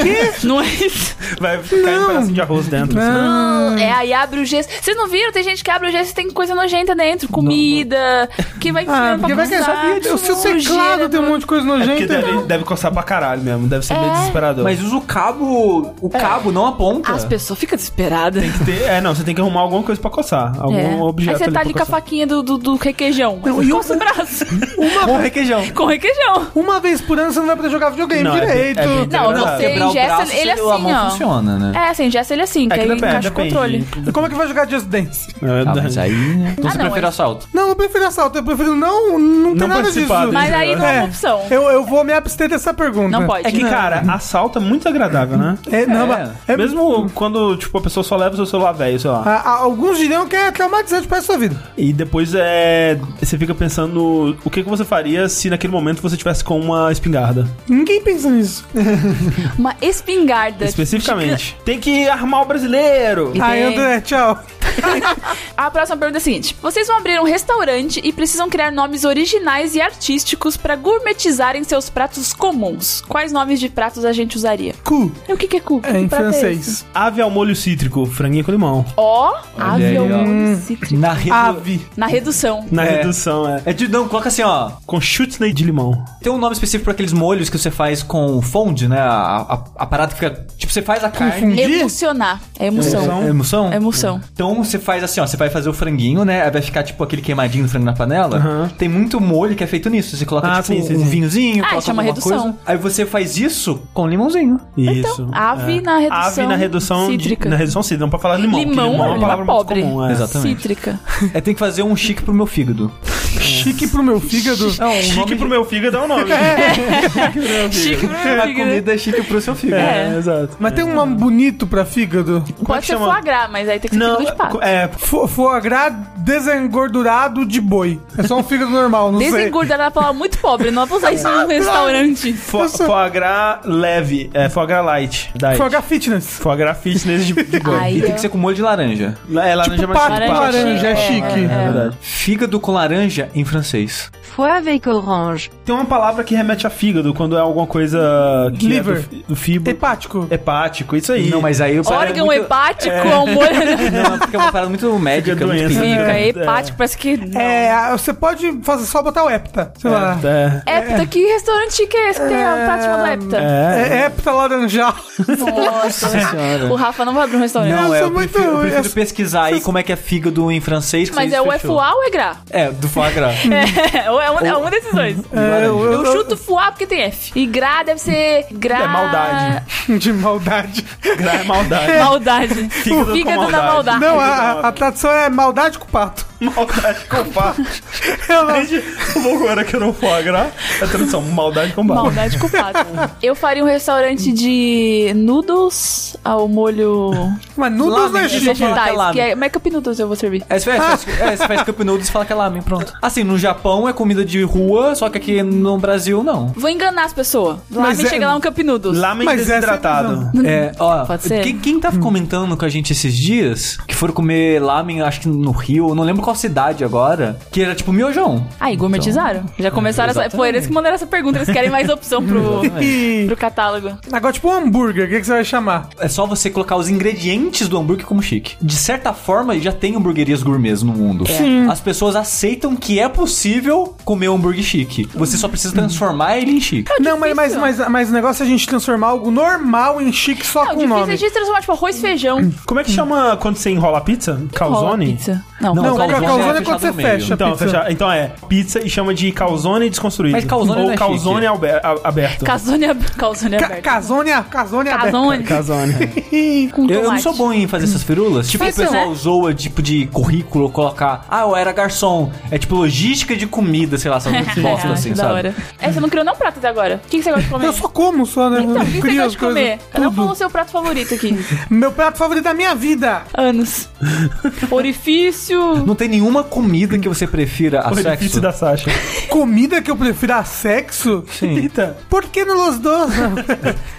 [SPEAKER 1] Quê? Não é isso?
[SPEAKER 2] Vai ficar um pedacinho de arroz dentro. assim.
[SPEAKER 1] É, aí abre o gesso. Vocês não viram? Tem gente que abre o gesso e tem coisa nojenta dentro. Comida, que vai
[SPEAKER 4] Ah,
[SPEAKER 1] tirando
[SPEAKER 4] porque vai
[SPEAKER 1] pra
[SPEAKER 4] que sabia,
[SPEAKER 1] passar.
[SPEAKER 4] o seu né?
[SPEAKER 1] né,
[SPEAKER 4] teclado tem um monte de coisa
[SPEAKER 2] É porque
[SPEAKER 4] nojenta.
[SPEAKER 2] deve, deve coçar pra caralho mesmo. Deve ser meio
[SPEAKER 1] É.
[SPEAKER 2] desesperador.
[SPEAKER 3] Mas usa o cabo, o cabo, não a ponta.
[SPEAKER 1] As pessoas ficam desesperadas.
[SPEAKER 2] Tem- É, não, você tem que arrumar alguma coisa pra coçar. Algum objeto
[SPEAKER 1] Aí você
[SPEAKER 2] ali
[SPEAKER 1] tá
[SPEAKER 2] pra
[SPEAKER 1] ali com a
[SPEAKER 2] coçar.
[SPEAKER 1] faquinha do, do, do requeijão. Aí
[SPEAKER 4] Não,
[SPEAKER 1] você
[SPEAKER 4] e o-
[SPEAKER 1] coça o braço.
[SPEAKER 3] Com requeijão.
[SPEAKER 1] com requeijão.
[SPEAKER 4] Então, Uma vez por ano você não vai poder jogar videogame
[SPEAKER 2] Não, é bem-
[SPEAKER 4] direito.
[SPEAKER 2] é bem-
[SPEAKER 1] Não,
[SPEAKER 2] Quebrar
[SPEAKER 1] você
[SPEAKER 3] Quebrar o
[SPEAKER 1] ingesta
[SPEAKER 3] braço,
[SPEAKER 1] ele assim,
[SPEAKER 3] a mão
[SPEAKER 1] ó.
[SPEAKER 3] funciona, né?
[SPEAKER 1] É, você ingesta ele assim, que, aí
[SPEAKER 2] depende,
[SPEAKER 1] encaixa o
[SPEAKER 2] depende.
[SPEAKER 1] controle.
[SPEAKER 4] Como é que vai jogar Just Dance?
[SPEAKER 2] É,
[SPEAKER 3] Ah, mas aí, né? Então
[SPEAKER 1] Ah,
[SPEAKER 3] você
[SPEAKER 1] não,
[SPEAKER 3] prefere
[SPEAKER 1] é-
[SPEAKER 3] assalto.
[SPEAKER 4] Não, eu prefiro assalto, eu prefiro não, não tem
[SPEAKER 2] Não
[SPEAKER 4] nada disso.
[SPEAKER 2] participar desse
[SPEAKER 1] Mas aí não é uma opção.
[SPEAKER 4] Eu, eu vou me abster dessa pergunta.
[SPEAKER 1] Não pode.
[SPEAKER 2] É que, cara, assalto é muito agradável, né?
[SPEAKER 4] É, não,
[SPEAKER 3] É.
[SPEAKER 4] mas- é- Ah.
[SPEAKER 2] Mesmo quando, tipo, a pessoa só leva o seu celular velho, sei lá.
[SPEAKER 4] a- a- alguns diriam que é traumatizante pra sua vida.
[SPEAKER 2] E depois é. Você fica pensando o que, que você faria se naquele momento você tivesse com uma espingarda.
[SPEAKER 4] Ninguém pensa nisso.
[SPEAKER 1] Uma espingarda.
[SPEAKER 2] Especificamente. Tem que armar o brasileiro!
[SPEAKER 1] E
[SPEAKER 4] Aí,
[SPEAKER 1] tem-
[SPEAKER 4] André, tchau.
[SPEAKER 1] A próxima pergunta é a seguinte: Vocês vão abrir um restaurante e precisam criar nomes originais e artísticos pra gourmetizarem seus pratos comuns. Quais nomes de pratos a gente usaria?
[SPEAKER 4] Cu.
[SPEAKER 1] E O que, que é cu?
[SPEAKER 4] É em francês.
[SPEAKER 2] Ave ao molho cítrico, franguinho com limão.
[SPEAKER 1] Ó,
[SPEAKER 3] aí,
[SPEAKER 1] ave ao
[SPEAKER 3] ó.
[SPEAKER 1] molho cítrico.
[SPEAKER 3] Na rede.
[SPEAKER 4] Ave.
[SPEAKER 1] Na redução.
[SPEAKER 2] Na
[SPEAKER 3] É.
[SPEAKER 2] redução, é.
[SPEAKER 3] É de, não, coloca assim, ó.
[SPEAKER 2] Com chutney de limão.
[SPEAKER 3] Tem um nome específico pra aqueles molhos que você faz com fondue, né? A, a, a parada que fica. Tipo, você faz a carne.
[SPEAKER 4] fundi?
[SPEAKER 1] Emocionar. É emoção.
[SPEAKER 3] É emoção?
[SPEAKER 1] É emoção.
[SPEAKER 3] Então você faz assim, ó. Você vai fazer o franguinho, né? Aí vai ficar tipo aquele queimadinho do frango na panela. Tem muito molho que é feito nisso. Você coloca
[SPEAKER 2] Ah,
[SPEAKER 3] tipo
[SPEAKER 2] sim, sim,
[SPEAKER 3] um
[SPEAKER 2] sim.
[SPEAKER 3] vinhozinho,
[SPEAKER 1] Ah,
[SPEAKER 3] coloca
[SPEAKER 1] chama
[SPEAKER 3] alguma
[SPEAKER 1] redução.
[SPEAKER 3] coisa. Aí você faz isso com limãozinho.
[SPEAKER 2] Isso.
[SPEAKER 1] Então, ave
[SPEAKER 4] é.
[SPEAKER 1] na redução
[SPEAKER 2] Ave na redução de-
[SPEAKER 1] cítrica.
[SPEAKER 2] na redução cítrica. Não pra falar limão. porque
[SPEAKER 1] Limão,
[SPEAKER 2] limão é
[SPEAKER 1] é
[SPEAKER 2] uma palavra muito
[SPEAKER 1] pobre.
[SPEAKER 2] comum. é.
[SPEAKER 3] Exato. Exatamente.
[SPEAKER 1] Cítrica.
[SPEAKER 3] Aí tem que fazer um chique pro meu fígado.
[SPEAKER 4] Chique pro meu fígado.
[SPEAKER 2] Chique pro meu fígado é o nome.
[SPEAKER 1] Chique pra
[SPEAKER 3] A
[SPEAKER 1] amiga, né?
[SPEAKER 3] comida é chique pro seu fígado.
[SPEAKER 1] É.
[SPEAKER 2] exato.
[SPEAKER 4] Mas tem um nome bonito pra fígado?
[SPEAKER 1] Pode ser
[SPEAKER 2] chama?
[SPEAKER 1] foie gras, mas aí tem que ser
[SPEAKER 2] Não,
[SPEAKER 1] tudo de pato.
[SPEAKER 2] é.
[SPEAKER 4] Fo- Foie gras desengordurado de boi. É só um fígado normal, não sei.
[SPEAKER 1] Desengordar é uma palavra muito pobre, não é pra usar isso num restaurante.
[SPEAKER 2] Fo, foie gras leve. É foie gras light. Diet.
[SPEAKER 4] Foie gras fitness.
[SPEAKER 2] Foie gras fitness de, de boi.
[SPEAKER 1] Ai,
[SPEAKER 3] E tem
[SPEAKER 1] ó.
[SPEAKER 3] que ser com molho de laranja.
[SPEAKER 1] Ah,
[SPEAKER 2] É laranja
[SPEAKER 4] Tipo
[SPEAKER 2] mais
[SPEAKER 4] pato
[SPEAKER 2] que
[SPEAKER 4] com
[SPEAKER 2] pato.
[SPEAKER 4] laranja, é chique.
[SPEAKER 2] É verdade.
[SPEAKER 3] Fígado com laranja em francês.
[SPEAKER 5] Foi avec orange.
[SPEAKER 2] Tem uma palavra que remete a fígado, quando é alguma coisa que é do,
[SPEAKER 4] Liver.
[SPEAKER 2] fi- do fibro.
[SPEAKER 4] Hepático.
[SPEAKER 2] Hepático, isso aí.
[SPEAKER 3] Não, mas aí o
[SPEAKER 1] Órgão hepático é um molho.
[SPEAKER 3] Não, fica uma parada muito médica,
[SPEAKER 2] Fica
[SPEAKER 3] muito
[SPEAKER 2] doença.
[SPEAKER 3] clínica.
[SPEAKER 1] Fica
[SPEAKER 2] É.
[SPEAKER 1] hepático, parece que.
[SPEAKER 4] É, a- você pode fazer só botar o hepta, sei lá.
[SPEAKER 2] É.
[SPEAKER 1] Hepta, que restaurante que é esse que tem a prática do Hepta?
[SPEAKER 2] É.
[SPEAKER 4] É, hepta laranjal.
[SPEAKER 1] Nossa é O Rafa não vai abrir um restaurante.
[SPEAKER 3] Não,
[SPEAKER 4] Eu
[SPEAKER 3] é,
[SPEAKER 4] sou
[SPEAKER 3] eu
[SPEAKER 4] muito
[SPEAKER 3] prefiro, eu
[SPEAKER 4] ruim,
[SPEAKER 3] prefiro
[SPEAKER 4] eu-
[SPEAKER 3] pesquisar aí como é que é fígado em francês. que
[SPEAKER 1] Mas é
[SPEAKER 3] vocês
[SPEAKER 1] o
[SPEAKER 3] fechou.
[SPEAKER 1] FUA ou é GRA?
[SPEAKER 3] É, do foie gras.
[SPEAKER 1] É, ou é um, é um desses dois.
[SPEAKER 4] É, eu,
[SPEAKER 1] Eu chuto FUA porque tem F. E GRA deve ser GRA.
[SPEAKER 2] É maldade.
[SPEAKER 4] De maldade.
[SPEAKER 2] Gra é maldade.
[SPEAKER 1] Maldade.
[SPEAKER 2] Fígado
[SPEAKER 1] o
[SPEAKER 2] com
[SPEAKER 1] fígado na
[SPEAKER 2] maldade.
[SPEAKER 1] maldade.
[SPEAKER 4] Não, a, a tradução é maldade com pato.
[SPEAKER 2] Maldade com pá.
[SPEAKER 4] Eu não-
[SPEAKER 2] Gente, vou agora que eu não vou agrar. A tradução, maldade com pá.
[SPEAKER 1] Maldade com pato. Eu faria um restaurante de noodles ao molho
[SPEAKER 4] Mas nudos
[SPEAKER 3] Lamen,
[SPEAKER 4] na
[SPEAKER 3] eu
[SPEAKER 4] China.
[SPEAKER 3] só falo que é
[SPEAKER 1] vegetais.
[SPEAKER 3] lamen.
[SPEAKER 1] Que é, mas cup noodles eu vou servir.
[SPEAKER 3] Aí você faz, é, você faz cup noodles e fala que é lamen, pronto. Assim, no Japão é comida de rua, só que aqui no Brasil não.
[SPEAKER 1] Vou enganar as pessoas. Lá
[SPEAKER 4] Mas
[SPEAKER 1] me
[SPEAKER 4] é-
[SPEAKER 1] chega lá um cup noodles.
[SPEAKER 2] Lamen
[SPEAKER 4] Mas essa é a
[SPEAKER 2] desidratado.
[SPEAKER 3] É, ó,
[SPEAKER 1] Hum, Pode ser? Hum.
[SPEAKER 3] Quem, quem tava comentando com a gente esses dias, que foram comer lamen, acho que no Rio, não lembro qual cidade agora, que era tipo miojão.
[SPEAKER 1] Aí, gourmetizaram.
[SPEAKER 4] Então.
[SPEAKER 1] Já começaram essa. Foi eles que mandaram essa pergunta, eles querem mais opção pro, pro catálogo.
[SPEAKER 4] Agora, tipo um hambúrguer, o que, que você vai chamar?
[SPEAKER 3] É só você colocar os ingredientes do hambúrguer como chique. De certa forma, já tem hamburguerias gourmets no mundo.
[SPEAKER 1] Sim.
[SPEAKER 3] As pessoas aceitam que é possível comer um hambúrguer chique. Você só precisa transformar ele em chique.
[SPEAKER 1] É
[SPEAKER 4] Não, mas, mas, mas, mas o negócio é a gente transformar algo normal em chique só
[SPEAKER 1] Não,
[SPEAKER 4] Tá com o
[SPEAKER 1] difícil
[SPEAKER 4] nome.
[SPEAKER 1] é de transformar, tipo, arroz e feijão.
[SPEAKER 2] Como é que chama quando você enrola a pizza?
[SPEAKER 1] Rola
[SPEAKER 2] Calzone?
[SPEAKER 1] Pizza. Não,
[SPEAKER 3] Não,
[SPEAKER 4] Não,
[SPEAKER 1] calzone.
[SPEAKER 3] calzone.
[SPEAKER 4] calzone
[SPEAKER 3] é
[SPEAKER 4] é quando
[SPEAKER 3] fechado
[SPEAKER 4] você
[SPEAKER 3] no meio.
[SPEAKER 4] fecha. a
[SPEAKER 2] Então,
[SPEAKER 4] pizza.
[SPEAKER 2] fecha- então é pizza e chama de calzone desconstruído.
[SPEAKER 3] Mas calzone
[SPEAKER 2] Ou
[SPEAKER 3] não é
[SPEAKER 2] calzone
[SPEAKER 3] chique.
[SPEAKER 2] aber- a- aberto.
[SPEAKER 1] Calzone ab- calzone
[SPEAKER 4] Ca
[SPEAKER 1] aberto.
[SPEAKER 4] casone, é a- casone aberta.
[SPEAKER 1] Calzone
[SPEAKER 2] Calzone.
[SPEAKER 1] com tomate.
[SPEAKER 3] Eu, eu não sou bom em fazer essas firulas. Tipo,
[SPEAKER 1] Faz
[SPEAKER 3] o pessoal
[SPEAKER 1] isso, né?
[SPEAKER 3] zoa, tipo, de currículo, colocar... Ah, eu era garçom. É tipo logística de comida, sei lá, são muito bosta assim,
[SPEAKER 1] da
[SPEAKER 3] sabe?
[SPEAKER 1] hora. É, você não criou nenhum prato até agora. O que, que você gosta de comer?
[SPEAKER 4] Eu só como, só, né?
[SPEAKER 1] Então, o que, que você
[SPEAKER 4] Crio
[SPEAKER 1] gosta
[SPEAKER 4] as
[SPEAKER 1] de comer?
[SPEAKER 4] coisas,
[SPEAKER 1] Cada um
[SPEAKER 4] tudo.
[SPEAKER 1] falou o seu prato favorito aqui.
[SPEAKER 4] Meu prato favorito da minha vida.
[SPEAKER 1] Anos. Orifício.
[SPEAKER 3] Não tem nenhuma comida que você prefira a
[SPEAKER 2] O edifício
[SPEAKER 3] sexo.
[SPEAKER 2] da Sasha.
[SPEAKER 4] Comida que eu prefiro a sexo?
[SPEAKER 3] Sim.
[SPEAKER 2] Eita,
[SPEAKER 4] Por que não los dois?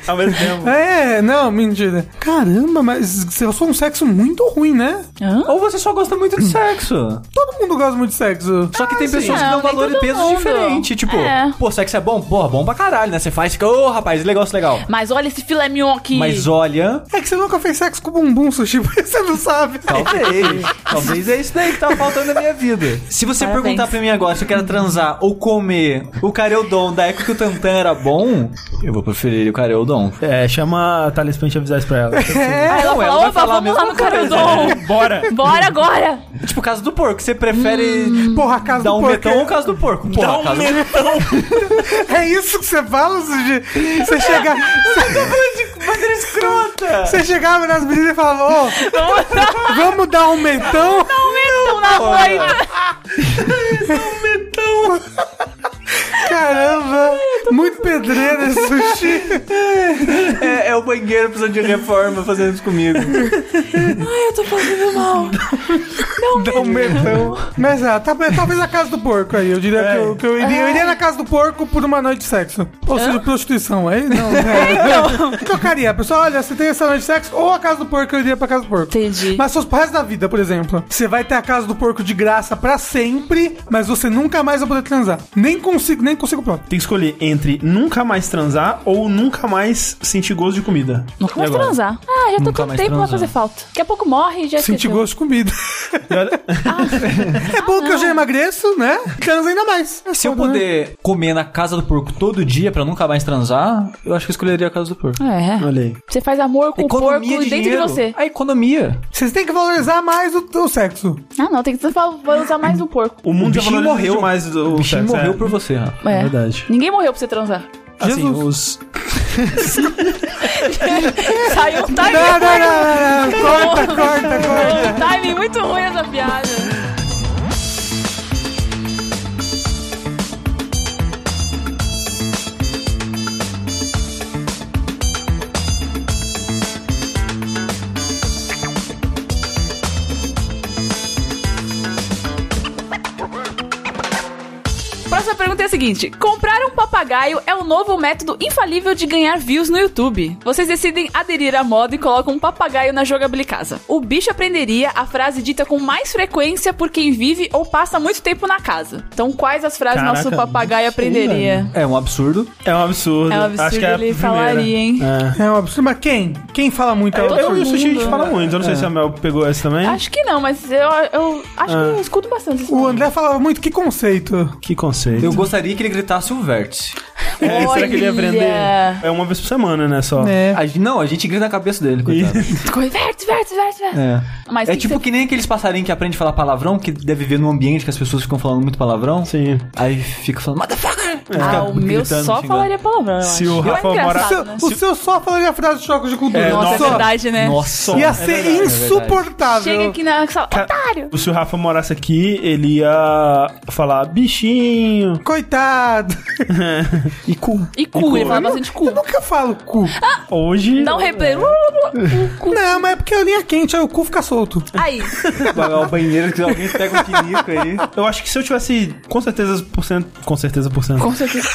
[SPEAKER 2] ao mesmo tempo.
[SPEAKER 4] é, não, mentira. Caramba, mas eu sou um sexo muito ruim, né?
[SPEAKER 1] Hã?
[SPEAKER 3] Ou você só gosta muito de sexo.
[SPEAKER 4] Todo mundo gosta muito de sexo.
[SPEAKER 3] Só que tem pessoas
[SPEAKER 1] Não,
[SPEAKER 3] que dão
[SPEAKER 1] nem
[SPEAKER 3] valor e
[SPEAKER 1] todo
[SPEAKER 3] peso
[SPEAKER 1] mundo.
[SPEAKER 3] diferente. Tipo,
[SPEAKER 1] É.
[SPEAKER 3] pô, sexo é bom? Porra, bom pra caralho, né? Você faz e fica, ô rapaz, legal, isso é legal.
[SPEAKER 1] Mas olha esse filé mignon aqui.
[SPEAKER 3] Mas olha,
[SPEAKER 4] É que você nunca fez sexo com bumbum, sushi, por isso você não sabe.
[SPEAKER 3] talvez. talvez é isso daí que tá faltando na minha vida. Se você
[SPEAKER 1] Parabéns.
[SPEAKER 3] perguntar pra mim agora se eu quero transar ou comer o careudon da época que o Tantan era bom, eu vou preferir o careudon.
[SPEAKER 2] É, chama a Thalys pra gente avisar isso pra ela.
[SPEAKER 1] Aí
[SPEAKER 4] É,
[SPEAKER 1] ela
[SPEAKER 3] não,
[SPEAKER 1] fala,
[SPEAKER 3] ela vai
[SPEAKER 1] opa,
[SPEAKER 3] falar a
[SPEAKER 1] vamos lá
[SPEAKER 3] mesma
[SPEAKER 1] no
[SPEAKER 3] coisa.
[SPEAKER 1] Carudom.
[SPEAKER 2] Oh, Bora!
[SPEAKER 1] Bora agora.
[SPEAKER 3] Tipo, o caso do porco. Você prefere
[SPEAKER 4] Porra, a casa
[SPEAKER 3] dar
[SPEAKER 4] Hum, do
[SPEAKER 3] um
[SPEAKER 4] porco.
[SPEAKER 3] metão ou o caso do porco? Porra,
[SPEAKER 2] Dá um
[SPEAKER 3] caso do-
[SPEAKER 2] metão.
[SPEAKER 4] É isso que você fala, sushi? Você chega...
[SPEAKER 3] Maneira escrota!
[SPEAKER 4] Você chegava nas meninas e falava, ô,
[SPEAKER 1] Vamos dar
[SPEAKER 4] vamos dar um mentão?
[SPEAKER 1] um metão na moita.
[SPEAKER 4] Caramba, muito pedreiro esse sushi.
[SPEAKER 3] É, é o banheiro precisando de reforma fazendo isso comigo.
[SPEAKER 1] Ai, eu tô fazendo mal.
[SPEAKER 4] Dá um mentão. Mas é, tá- talvez a casa do porco aí. Eu diria
[SPEAKER 2] É.
[SPEAKER 4] que, eu, que eu iria, eu iria na casa do porco por uma noite de sexo. Ou seja, prostituição, aí não. né? O que eu queria? A pessoa, olha, você tem essa noite de sexo ou a casa do porco, eu iria pra casa do porco.
[SPEAKER 1] Entendi.
[SPEAKER 4] Mas seus pais da vida, por exemplo, você vai ter a casa do porco de graça pra sempre, mas você nunca mais vai poder transar. Nem consigo, nem consigo próprio.
[SPEAKER 2] Tem que escolher entre nunca mais transar ou nunca mais sentir gosto de comida.
[SPEAKER 1] Nunca
[SPEAKER 2] E
[SPEAKER 1] mais
[SPEAKER 2] agora?
[SPEAKER 1] transar. Ah, já tô
[SPEAKER 3] Nunca
[SPEAKER 1] tanto
[SPEAKER 3] mais
[SPEAKER 1] tempo, vai
[SPEAKER 3] transar.
[SPEAKER 1] fazer falta. Daqui a pouco morre e já
[SPEAKER 4] Sentir
[SPEAKER 1] esqueceu.
[SPEAKER 4] gosto de comida.
[SPEAKER 2] E olha-
[SPEAKER 4] É bom que eu já emagreço, né? Transo ainda mais. É
[SPEAKER 3] Se eu
[SPEAKER 4] foda, né?
[SPEAKER 3] puder comer na casa do porco todo dia pra nunca mais transar, eu acho que eu escolheria a casa do porco.
[SPEAKER 1] É.
[SPEAKER 2] Olha aí.
[SPEAKER 1] Você faz amor com o porco dentro de você.
[SPEAKER 3] A economia.
[SPEAKER 4] Vocês têm que valorizar mais o, o sexo.
[SPEAKER 1] Ah, não, tem que usar mais um porco.
[SPEAKER 2] O mundo já
[SPEAKER 3] bichinho
[SPEAKER 2] valoriza
[SPEAKER 3] morreu.
[SPEAKER 2] demais o
[SPEAKER 3] O bichinho
[SPEAKER 2] sexo,
[SPEAKER 3] morreu
[SPEAKER 2] é.
[SPEAKER 3] por você, Rafa.
[SPEAKER 1] É.
[SPEAKER 2] verdade.
[SPEAKER 1] Ninguém morreu pra você transar.
[SPEAKER 2] Assim,
[SPEAKER 4] Jesus.
[SPEAKER 2] os...
[SPEAKER 1] Saiu um timing.
[SPEAKER 4] Não, não, não, não, não. Corta, corta, corta.
[SPEAKER 1] Um timing muito ruim essa piada. Próxima pergunta é a seguinte: comprar um papagaio é o novo método infalível de ganhar views no YouTube. Vocês decidem aderir à moda e colocam um papagaio na jogabilicasa. O bicho aprenderia a frase dita com mais frequência por quem vive ou passa muito tempo na casa. Então, quais as frases
[SPEAKER 2] Caraca,
[SPEAKER 1] nosso papagaio
[SPEAKER 2] não sei,
[SPEAKER 1] aprenderia?
[SPEAKER 3] É um absurdo.
[SPEAKER 2] É um absurdo.
[SPEAKER 1] É um absurdo,
[SPEAKER 2] Acho que é a
[SPEAKER 1] ele
[SPEAKER 2] primeira.
[SPEAKER 1] falaria, hein?
[SPEAKER 2] É.
[SPEAKER 4] É um absurdo, mas quem? Quem fala muito?
[SPEAKER 1] É,
[SPEAKER 4] é
[SPEAKER 2] Eu, eu e o
[SPEAKER 4] absurdo.
[SPEAKER 2] Sushi a gente fala muito. Eu não sei se a Mel pegou essa também.
[SPEAKER 1] Acho que não, mas eu, eu acho
[SPEAKER 2] Ah.
[SPEAKER 1] que eu escuto bastante isso.
[SPEAKER 4] O André falava muito, que conceito.
[SPEAKER 2] Que conceito.
[SPEAKER 3] Eu gostaria que ele gritasse o vértice.
[SPEAKER 2] É, será que ele ia aprender?
[SPEAKER 1] Olha!
[SPEAKER 2] É uma vez por semana, né, só.
[SPEAKER 4] É.
[SPEAKER 3] A gente- não, a gente grita na cabeça dele, coitado.
[SPEAKER 1] Verte, verte, verte, verte.
[SPEAKER 3] É.
[SPEAKER 1] Mas
[SPEAKER 3] é
[SPEAKER 1] tem que
[SPEAKER 3] tipo
[SPEAKER 1] ser-
[SPEAKER 3] que, nem aqueles passarinhos que
[SPEAKER 2] assim,
[SPEAKER 3] aprende a falar palavrão, que deve viver num ambiente que as pessoas ficam falando muito palavrão.
[SPEAKER 2] Sim.
[SPEAKER 3] Aí fica falando, motherfucker!
[SPEAKER 1] Ah, o meu
[SPEAKER 2] gritando,
[SPEAKER 1] só
[SPEAKER 2] xingando.
[SPEAKER 1] falaria palavrão, eu
[SPEAKER 2] Se
[SPEAKER 1] acho.
[SPEAKER 2] o
[SPEAKER 1] Eu
[SPEAKER 2] Rafa
[SPEAKER 1] é engraçado,
[SPEAKER 4] O seu-
[SPEAKER 1] né?
[SPEAKER 4] O seu só falaria a frase de choque de cultura.
[SPEAKER 2] É,
[SPEAKER 1] Nossa,
[SPEAKER 2] nossa.
[SPEAKER 1] é verdade, né?
[SPEAKER 3] Nossa.
[SPEAKER 4] Ia ser insuportável.
[SPEAKER 1] Chega aqui na sala,
[SPEAKER 2] Ca-
[SPEAKER 1] otário!
[SPEAKER 2] É, Se o Rafa morasse aqui, ele ia falar bichinho.
[SPEAKER 4] Coitado.
[SPEAKER 2] E cu.
[SPEAKER 1] E cu, ele fala bastante cu.
[SPEAKER 4] Eu nunca falo cu.
[SPEAKER 2] Hoje.
[SPEAKER 1] Dá um replay. blá, blá, blá, o cu.
[SPEAKER 4] Não, mas é porque a linha é quente, aí o cu fica solto.
[SPEAKER 1] Aí,
[SPEAKER 3] Pagar o banheiro, que alguém pega um pinico aí.
[SPEAKER 2] Eu acho que se eu tivesse com certeza por cento. Com certeza por cento.
[SPEAKER 1] com certeza.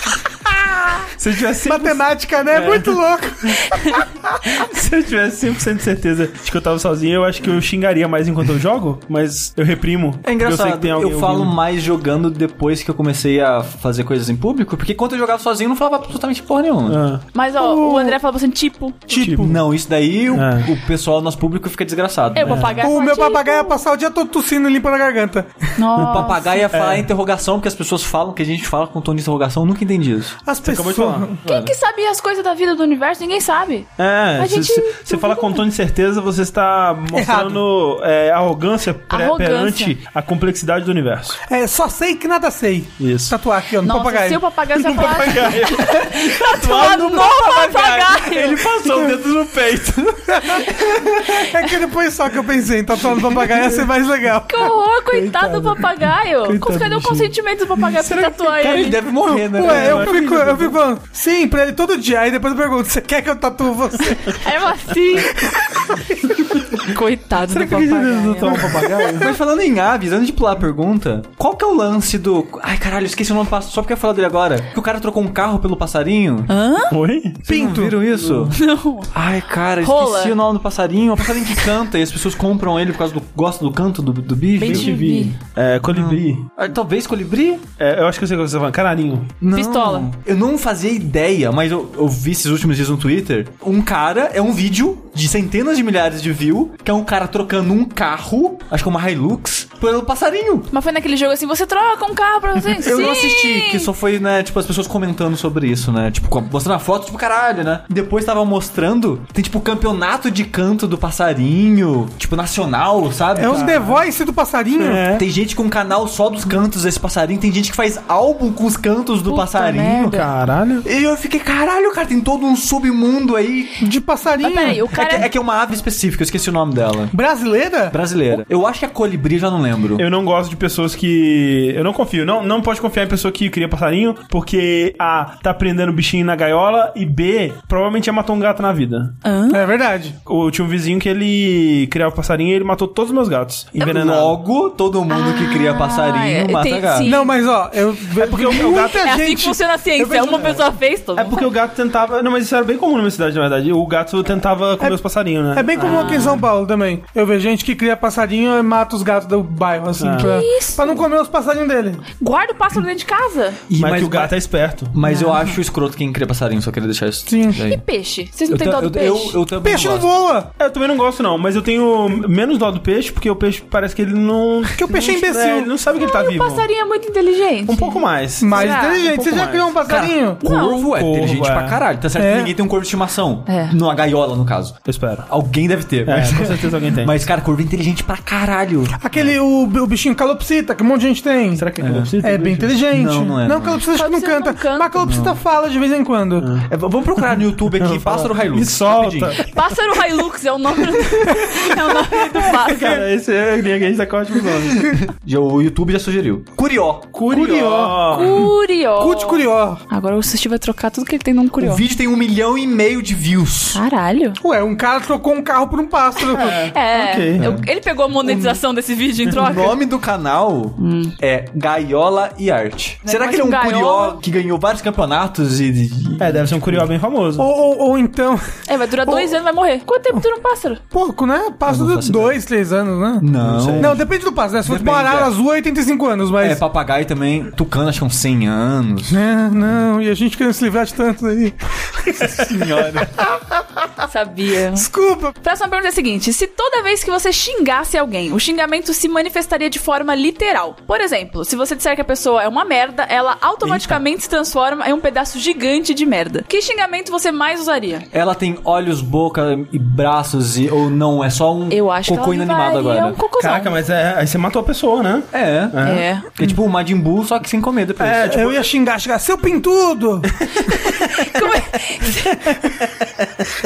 [SPEAKER 2] Se eu tivesse 100%,
[SPEAKER 4] Matemática, né?
[SPEAKER 1] É.
[SPEAKER 4] Muito louco.
[SPEAKER 2] se eu tivesse 100% de certeza de que eu tava sozinho, eu acho que eu xingaria mais enquanto eu jogo, mas eu reprimo.
[SPEAKER 3] É
[SPEAKER 2] Eu, sei
[SPEAKER 3] engraçado,
[SPEAKER 2] que tem
[SPEAKER 3] eu,
[SPEAKER 2] alguém
[SPEAKER 3] falo
[SPEAKER 2] ouvindo.
[SPEAKER 3] mais jogando depois que eu comecei a fazer coisas em público, porque quando eu jogava sozinho eu não falava absolutamente porra nenhuma.
[SPEAKER 2] Ah,
[SPEAKER 1] Mas ó, o André fala bastante tipo.
[SPEAKER 2] tipo.
[SPEAKER 3] Não, isso daí o,
[SPEAKER 2] É.
[SPEAKER 3] o pessoal, nosso público fica desgraçado.
[SPEAKER 1] Eu,
[SPEAKER 3] né?
[SPEAKER 1] papagaio.
[SPEAKER 4] O
[SPEAKER 1] fala
[SPEAKER 4] meu
[SPEAKER 1] tipo.
[SPEAKER 4] papagaio é ia passar o dia todo tossindo e limpando a garganta.
[SPEAKER 1] Nossa.
[SPEAKER 3] O papagaio ia
[SPEAKER 2] É.
[SPEAKER 3] falar interrogação, porque as pessoas falam que a gente fala com um tom de interrogação, eu nunca entendi isso.
[SPEAKER 4] As
[SPEAKER 2] Acabou
[SPEAKER 4] pessoas.
[SPEAKER 2] de falar.
[SPEAKER 1] Quem que sabe as coisas da vida do universo? Ninguém sabe.
[SPEAKER 2] É,
[SPEAKER 1] A
[SPEAKER 2] se
[SPEAKER 1] gente
[SPEAKER 2] se-
[SPEAKER 1] não
[SPEAKER 2] você fala com tom de certeza, você está mostrando é, arrogância, pre-
[SPEAKER 1] Arrogância.
[SPEAKER 2] perante a complexidade do universo.
[SPEAKER 4] É, só sei que nada sei.
[SPEAKER 2] Isso.
[SPEAKER 4] Tatuar aqui, ó, no
[SPEAKER 1] Nossa,
[SPEAKER 4] papagaio.
[SPEAKER 1] se o papagaio se falar.
[SPEAKER 2] Papagaio.
[SPEAKER 1] Tatuado no papagaio.
[SPEAKER 2] Ele passou o dedo no peito.
[SPEAKER 4] É que depois só que eu pensei em tatuar no papagaio ia ser mais legal.
[SPEAKER 1] Que horror, coitado do papagaio.
[SPEAKER 2] Coitado
[SPEAKER 1] Cadê o
[SPEAKER 2] do Gil.
[SPEAKER 1] consentimento do papagaio pra tatuar
[SPEAKER 2] É,
[SPEAKER 1] ele?
[SPEAKER 3] deve morrer, né?
[SPEAKER 4] Ué, É,
[SPEAKER 1] é
[SPEAKER 4] eu fico, eu fico falando, sim, pra ele todo dia. Aí depois eu pergunto, você quer que eu tatue você?
[SPEAKER 1] É assim. coitado do papagaio.
[SPEAKER 3] um Mas falando em aves, antes de pular a pergunta, qual que é o lance do. Ai, caralho, esqueci o nome, passo- só porque eu ia falar dele agora. Que o cara trocou um carro pelo passarinho.
[SPEAKER 2] Ah. Oi?
[SPEAKER 3] Vocês não
[SPEAKER 4] Pinto.
[SPEAKER 3] viram isso? Não. Ai, cara, eu
[SPEAKER 1] Rola.
[SPEAKER 3] esqueci o nome do passarinho. É um passarinho que canta e as pessoas compram ele por causa do. gostam do canto do, do bicho.
[SPEAKER 1] Bem
[SPEAKER 2] Te vi.
[SPEAKER 1] vi.
[SPEAKER 2] É, colibri.
[SPEAKER 3] Ah, Talvez colibri?
[SPEAKER 2] É, eu acho que eu sei o que você tá falando. Canarinho.
[SPEAKER 3] Não.
[SPEAKER 1] Pistola.
[SPEAKER 3] Eu não fazia ideia, mas eu, eu vi esses últimos dias no Twitter. Um cara, é um vídeo de centenas de milhares de views, que é um cara trocando um carro, acho que é uma Hilux, pelo passarinho.
[SPEAKER 1] Mas foi naquele jogo assim, você troca um carro pra você?
[SPEAKER 3] Eu
[SPEAKER 1] Sim.
[SPEAKER 3] não assisti, que só foi, né, tipo, as pessoas comentando sobre isso, né? Tipo, com- mostrando a foto, tipo, caralho, né? Depois tava mostrando, tem tipo campeonato de canto do passarinho, tipo, nacional, sabe?
[SPEAKER 4] É um
[SPEAKER 3] Cara,
[SPEAKER 4] The Voice do passarinho?
[SPEAKER 1] É.
[SPEAKER 2] É.
[SPEAKER 3] Tem gente com um canal só dos cantos desse passarinho, tem gente que faz álbum com os cantos do
[SPEAKER 1] Puta
[SPEAKER 3] passarinho.
[SPEAKER 1] merda.
[SPEAKER 3] cara.
[SPEAKER 2] Caralho.
[SPEAKER 3] E eu fiquei, caralho, cara, tem todo um submundo aí.
[SPEAKER 4] De passarinho?
[SPEAKER 1] Mas Ah, peraí, o
[SPEAKER 3] É que,
[SPEAKER 1] cara.
[SPEAKER 3] é que é uma ave específica, eu esqueci o nome dela.
[SPEAKER 4] Brasileira?
[SPEAKER 3] Brasileira. Eu acho que é colibri, já não lembro.
[SPEAKER 2] Eu não gosto de pessoas que. Eu não confio. Não, não pode confiar em pessoa que cria passarinho, porque A. tá prendendo bichinho na gaiola e B. provavelmente já matou um gato na vida.
[SPEAKER 4] É verdade.
[SPEAKER 2] Eu tinha um vizinho que ele criava passarinho e ele matou todos os meus gatos. Envenenado.
[SPEAKER 3] Logo, todo mundo que cria passarinho
[SPEAKER 1] Ah, é,
[SPEAKER 3] mata
[SPEAKER 1] tem-
[SPEAKER 3] gato.
[SPEAKER 1] sim.
[SPEAKER 4] Não, mas ó, eu é
[SPEAKER 2] porque o- o gato-
[SPEAKER 1] É assim que funciona a ciência.
[SPEAKER 3] um-
[SPEAKER 1] Uma pessoa fez, todo
[SPEAKER 2] É
[SPEAKER 1] mundo
[SPEAKER 2] porque o gato tentava. Não, mas isso era bem comum na minha cidade, na verdade. O gato tentava comer os passarinhos, né?
[SPEAKER 4] É bem comum aqui em São Paulo também. Eu vejo gente que cria passarinho e mata os gatos do bairro,
[SPEAKER 2] Ah.
[SPEAKER 4] assim, pra,
[SPEAKER 1] isso?
[SPEAKER 4] pra não comer os passarinhos dele.
[SPEAKER 1] Guarda o pássaro dentro de casa.
[SPEAKER 3] E-
[SPEAKER 2] Mas, que o gato é esperto.
[SPEAKER 3] Mas eu acho escroto quem cria passarinho, só queria deixar isso.
[SPEAKER 4] Sim.
[SPEAKER 3] daí.
[SPEAKER 1] E peixe? Vocês não
[SPEAKER 3] Eu,
[SPEAKER 1] têm
[SPEAKER 3] ta-
[SPEAKER 1] dó do
[SPEAKER 3] eu-
[SPEAKER 1] peixe?
[SPEAKER 3] eu- eu também
[SPEAKER 4] Peixe não
[SPEAKER 3] gosto.
[SPEAKER 4] voa!
[SPEAKER 2] É, Eu também não gosto, não, mas eu tenho menos dó do peixe, porque o peixe parece que ele não. Porque
[SPEAKER 4] o peixe é imbecil.
[SPEAKER 2] ele não sabe que ele tá vivo.
[SPEAKER 1] O passarinho é muito inteligente.
[SPEAKER 2] Um pouco mais.
[SPEAKER 4] Mais
[SPEAKER 1] Será?
[SPEAKER 4] inteligente.
[SPEAKER 2] Um
[SPEAKER 4] Você
[SPEAKER 2] pouco
[SPEAKER 4] já
[SPEAKER 2] mais.
[SPEAKER 4] criou um passarinho?
[SPEAKER 3] Corvo é
[SPEAKER 2] Corvo,
[SPEAKER 3] inteligente
[SPEAKER 2] é.
[SPEAKER 3] pra caralho. Tá certo
[SPEAKER 4] É.
[SPEAKER 3] que ninguém tem um corvo de estimação.
[SPEAKER 1] É.
[SPEAKER 3] Numa gaiola, no caso.
[SPEAKER 2] Eu espero.
[SPEAKER 3] Alguém deve ter.
[SPEAKER 2] É,
[SPEAKER 3] Mas,
[SPEAKER 2] com certeza alguém tem.
[SPEAKER 3] mas, cara, corvo é inteligente pra caralho. É.
[SPEAKER 4] Aquele, o, o bichinho calopsita, que um monte de gente tem.
[SPEAKER 2] Será que é, calopsita?
[SPEAKER 4] É bem inteligente.
[SPEAKER 3] Não, não é, não
[SPEAKER 4] Não,
[SPEAKER 3] é.
[SPEAKER 4] calopsita acho que não
[SPEAKER 1] Calopsita
[SPEAKER 4] canta.
[SPEAKER 1] não canta.
[SPEAKER 4] Mas calopsita fala de vez em quando.
[SPEAKER 3] É, v- vamos procurar no YouTube aqui, pássaro Hilux.
[SPEAKER 2] Me solta.
[SPEAKER 3] rapidinho.
[SPEAKER 1] Pássaro Hilux é o nome do, é o nome do pássaro.
[SPEAKER 2] Cara, esse é a linha que a gente tá com ótimos nomes.
[SPEAKER 3] Já- O YouTube já sugeriu. Curió.
[SPEAKER 2] Curió.
[SPEAKER 1] Curió.
[SPEAKER 4] Cute curió.
[SPEAKER 1] Agora o Sushi vai trocar tudo que ele tem num
[SPEAKER 3] O
[SPEAKER 1] curió.
[SPEAKER 3] vídeo tem um milhão e meio de views.
[SPEAKER 1] Caralho.
[SPEAKER 4] Ué, um cara trocou um carro por um pássaro.
[SPEAKER 1] É,
[SPEAKER 2] Ok.
[SPEAKER 1] eu- ele pegou a monetização desse vídeo em
[SPEAKER 3] O
[SPEAKER 1] troca.
[SPEAKER 3] Um nome do canal é Gaiola e Arte.
[SPEAKER 1] Né,
[SPEAKER 3] Será que ele é um
[SPEAKER 1] Hum. mas um
[SPEAKER 3] curió
[SPEAKER 1] gaiola-
[SPEAKER 3] que ganhou vários campeonatos e. e-
[SPEAKER 2] É, deve ser um curió bem famoso.
[SPEAKER 4] Ou, ou, ou então,
[SPEAKER 1] É, vai durar dois anos, vai morrer. Quanto tempo dura um pássaro?
[SPEAKER 4] pouco, né?
[SPEAKER 3] Eu não
[SPEAKER 4] Pássaro
[SPEAKER 3] faço
[SPEAKER 4] de dois, três anos, né?
[SPEAKER 3] Não.
[SPEAKER 2] sei.
[SPEAKER 4] Não, depende do pássaro, né? Se for
[SPEAKER 3] Depende,
[SPEAKER 4] uma arara
[SPEAKER 3] é.
[SPEAKER 4] azul, é 85 anos,
[SPEAKER 3] É,
[SPEAKER 4] mas...
[SPEAKER 3] papagaio também. Tucano, acho que é uns 100 anos.
[SPEAKER 4] É, não, e a gente querendo se livrar de tanto aí.
[SPEAKER 3] Senhora.
[SPEAKER 1] Sabia.
[SPEAKER 4] Desculpa.
[SPEAKER 1] Próxima pergunta é a seguinte: se toda vez que você xingasse alguém, o xingamento se manifestaria de forma literal. Por exemplo, se você disser que a pessoa é uma merda, ela automaticamente se transforma em um pedaço gigante de merda. Que xingamento você mais usaria?
[SPEAKER 3] Ela tem olhos, boca e braços e, ou não, é só um
[SPEAKER 1] Eu acho
[SPEAKER 3] cocô
[SPEAKER 1] que ela
[SPEAKER 3] inanimado
[SPEAKER 1] levaria
[SPEAKER 3] agora.
[SPEAKER 1] um cocôzão.
[SPEAKER 2] Caraca, mas é, aí você matou a pessoa, né?
[SPEAKER 3] É.
[SPEAKER 1] É.
[SPEAKER 3] É. tipo o Majin Buu, só que sem comer depois.
[SPEAKER 4] É, eu ia xingar, xingar, seu pintudo!
[SPEAKER 1] Como é-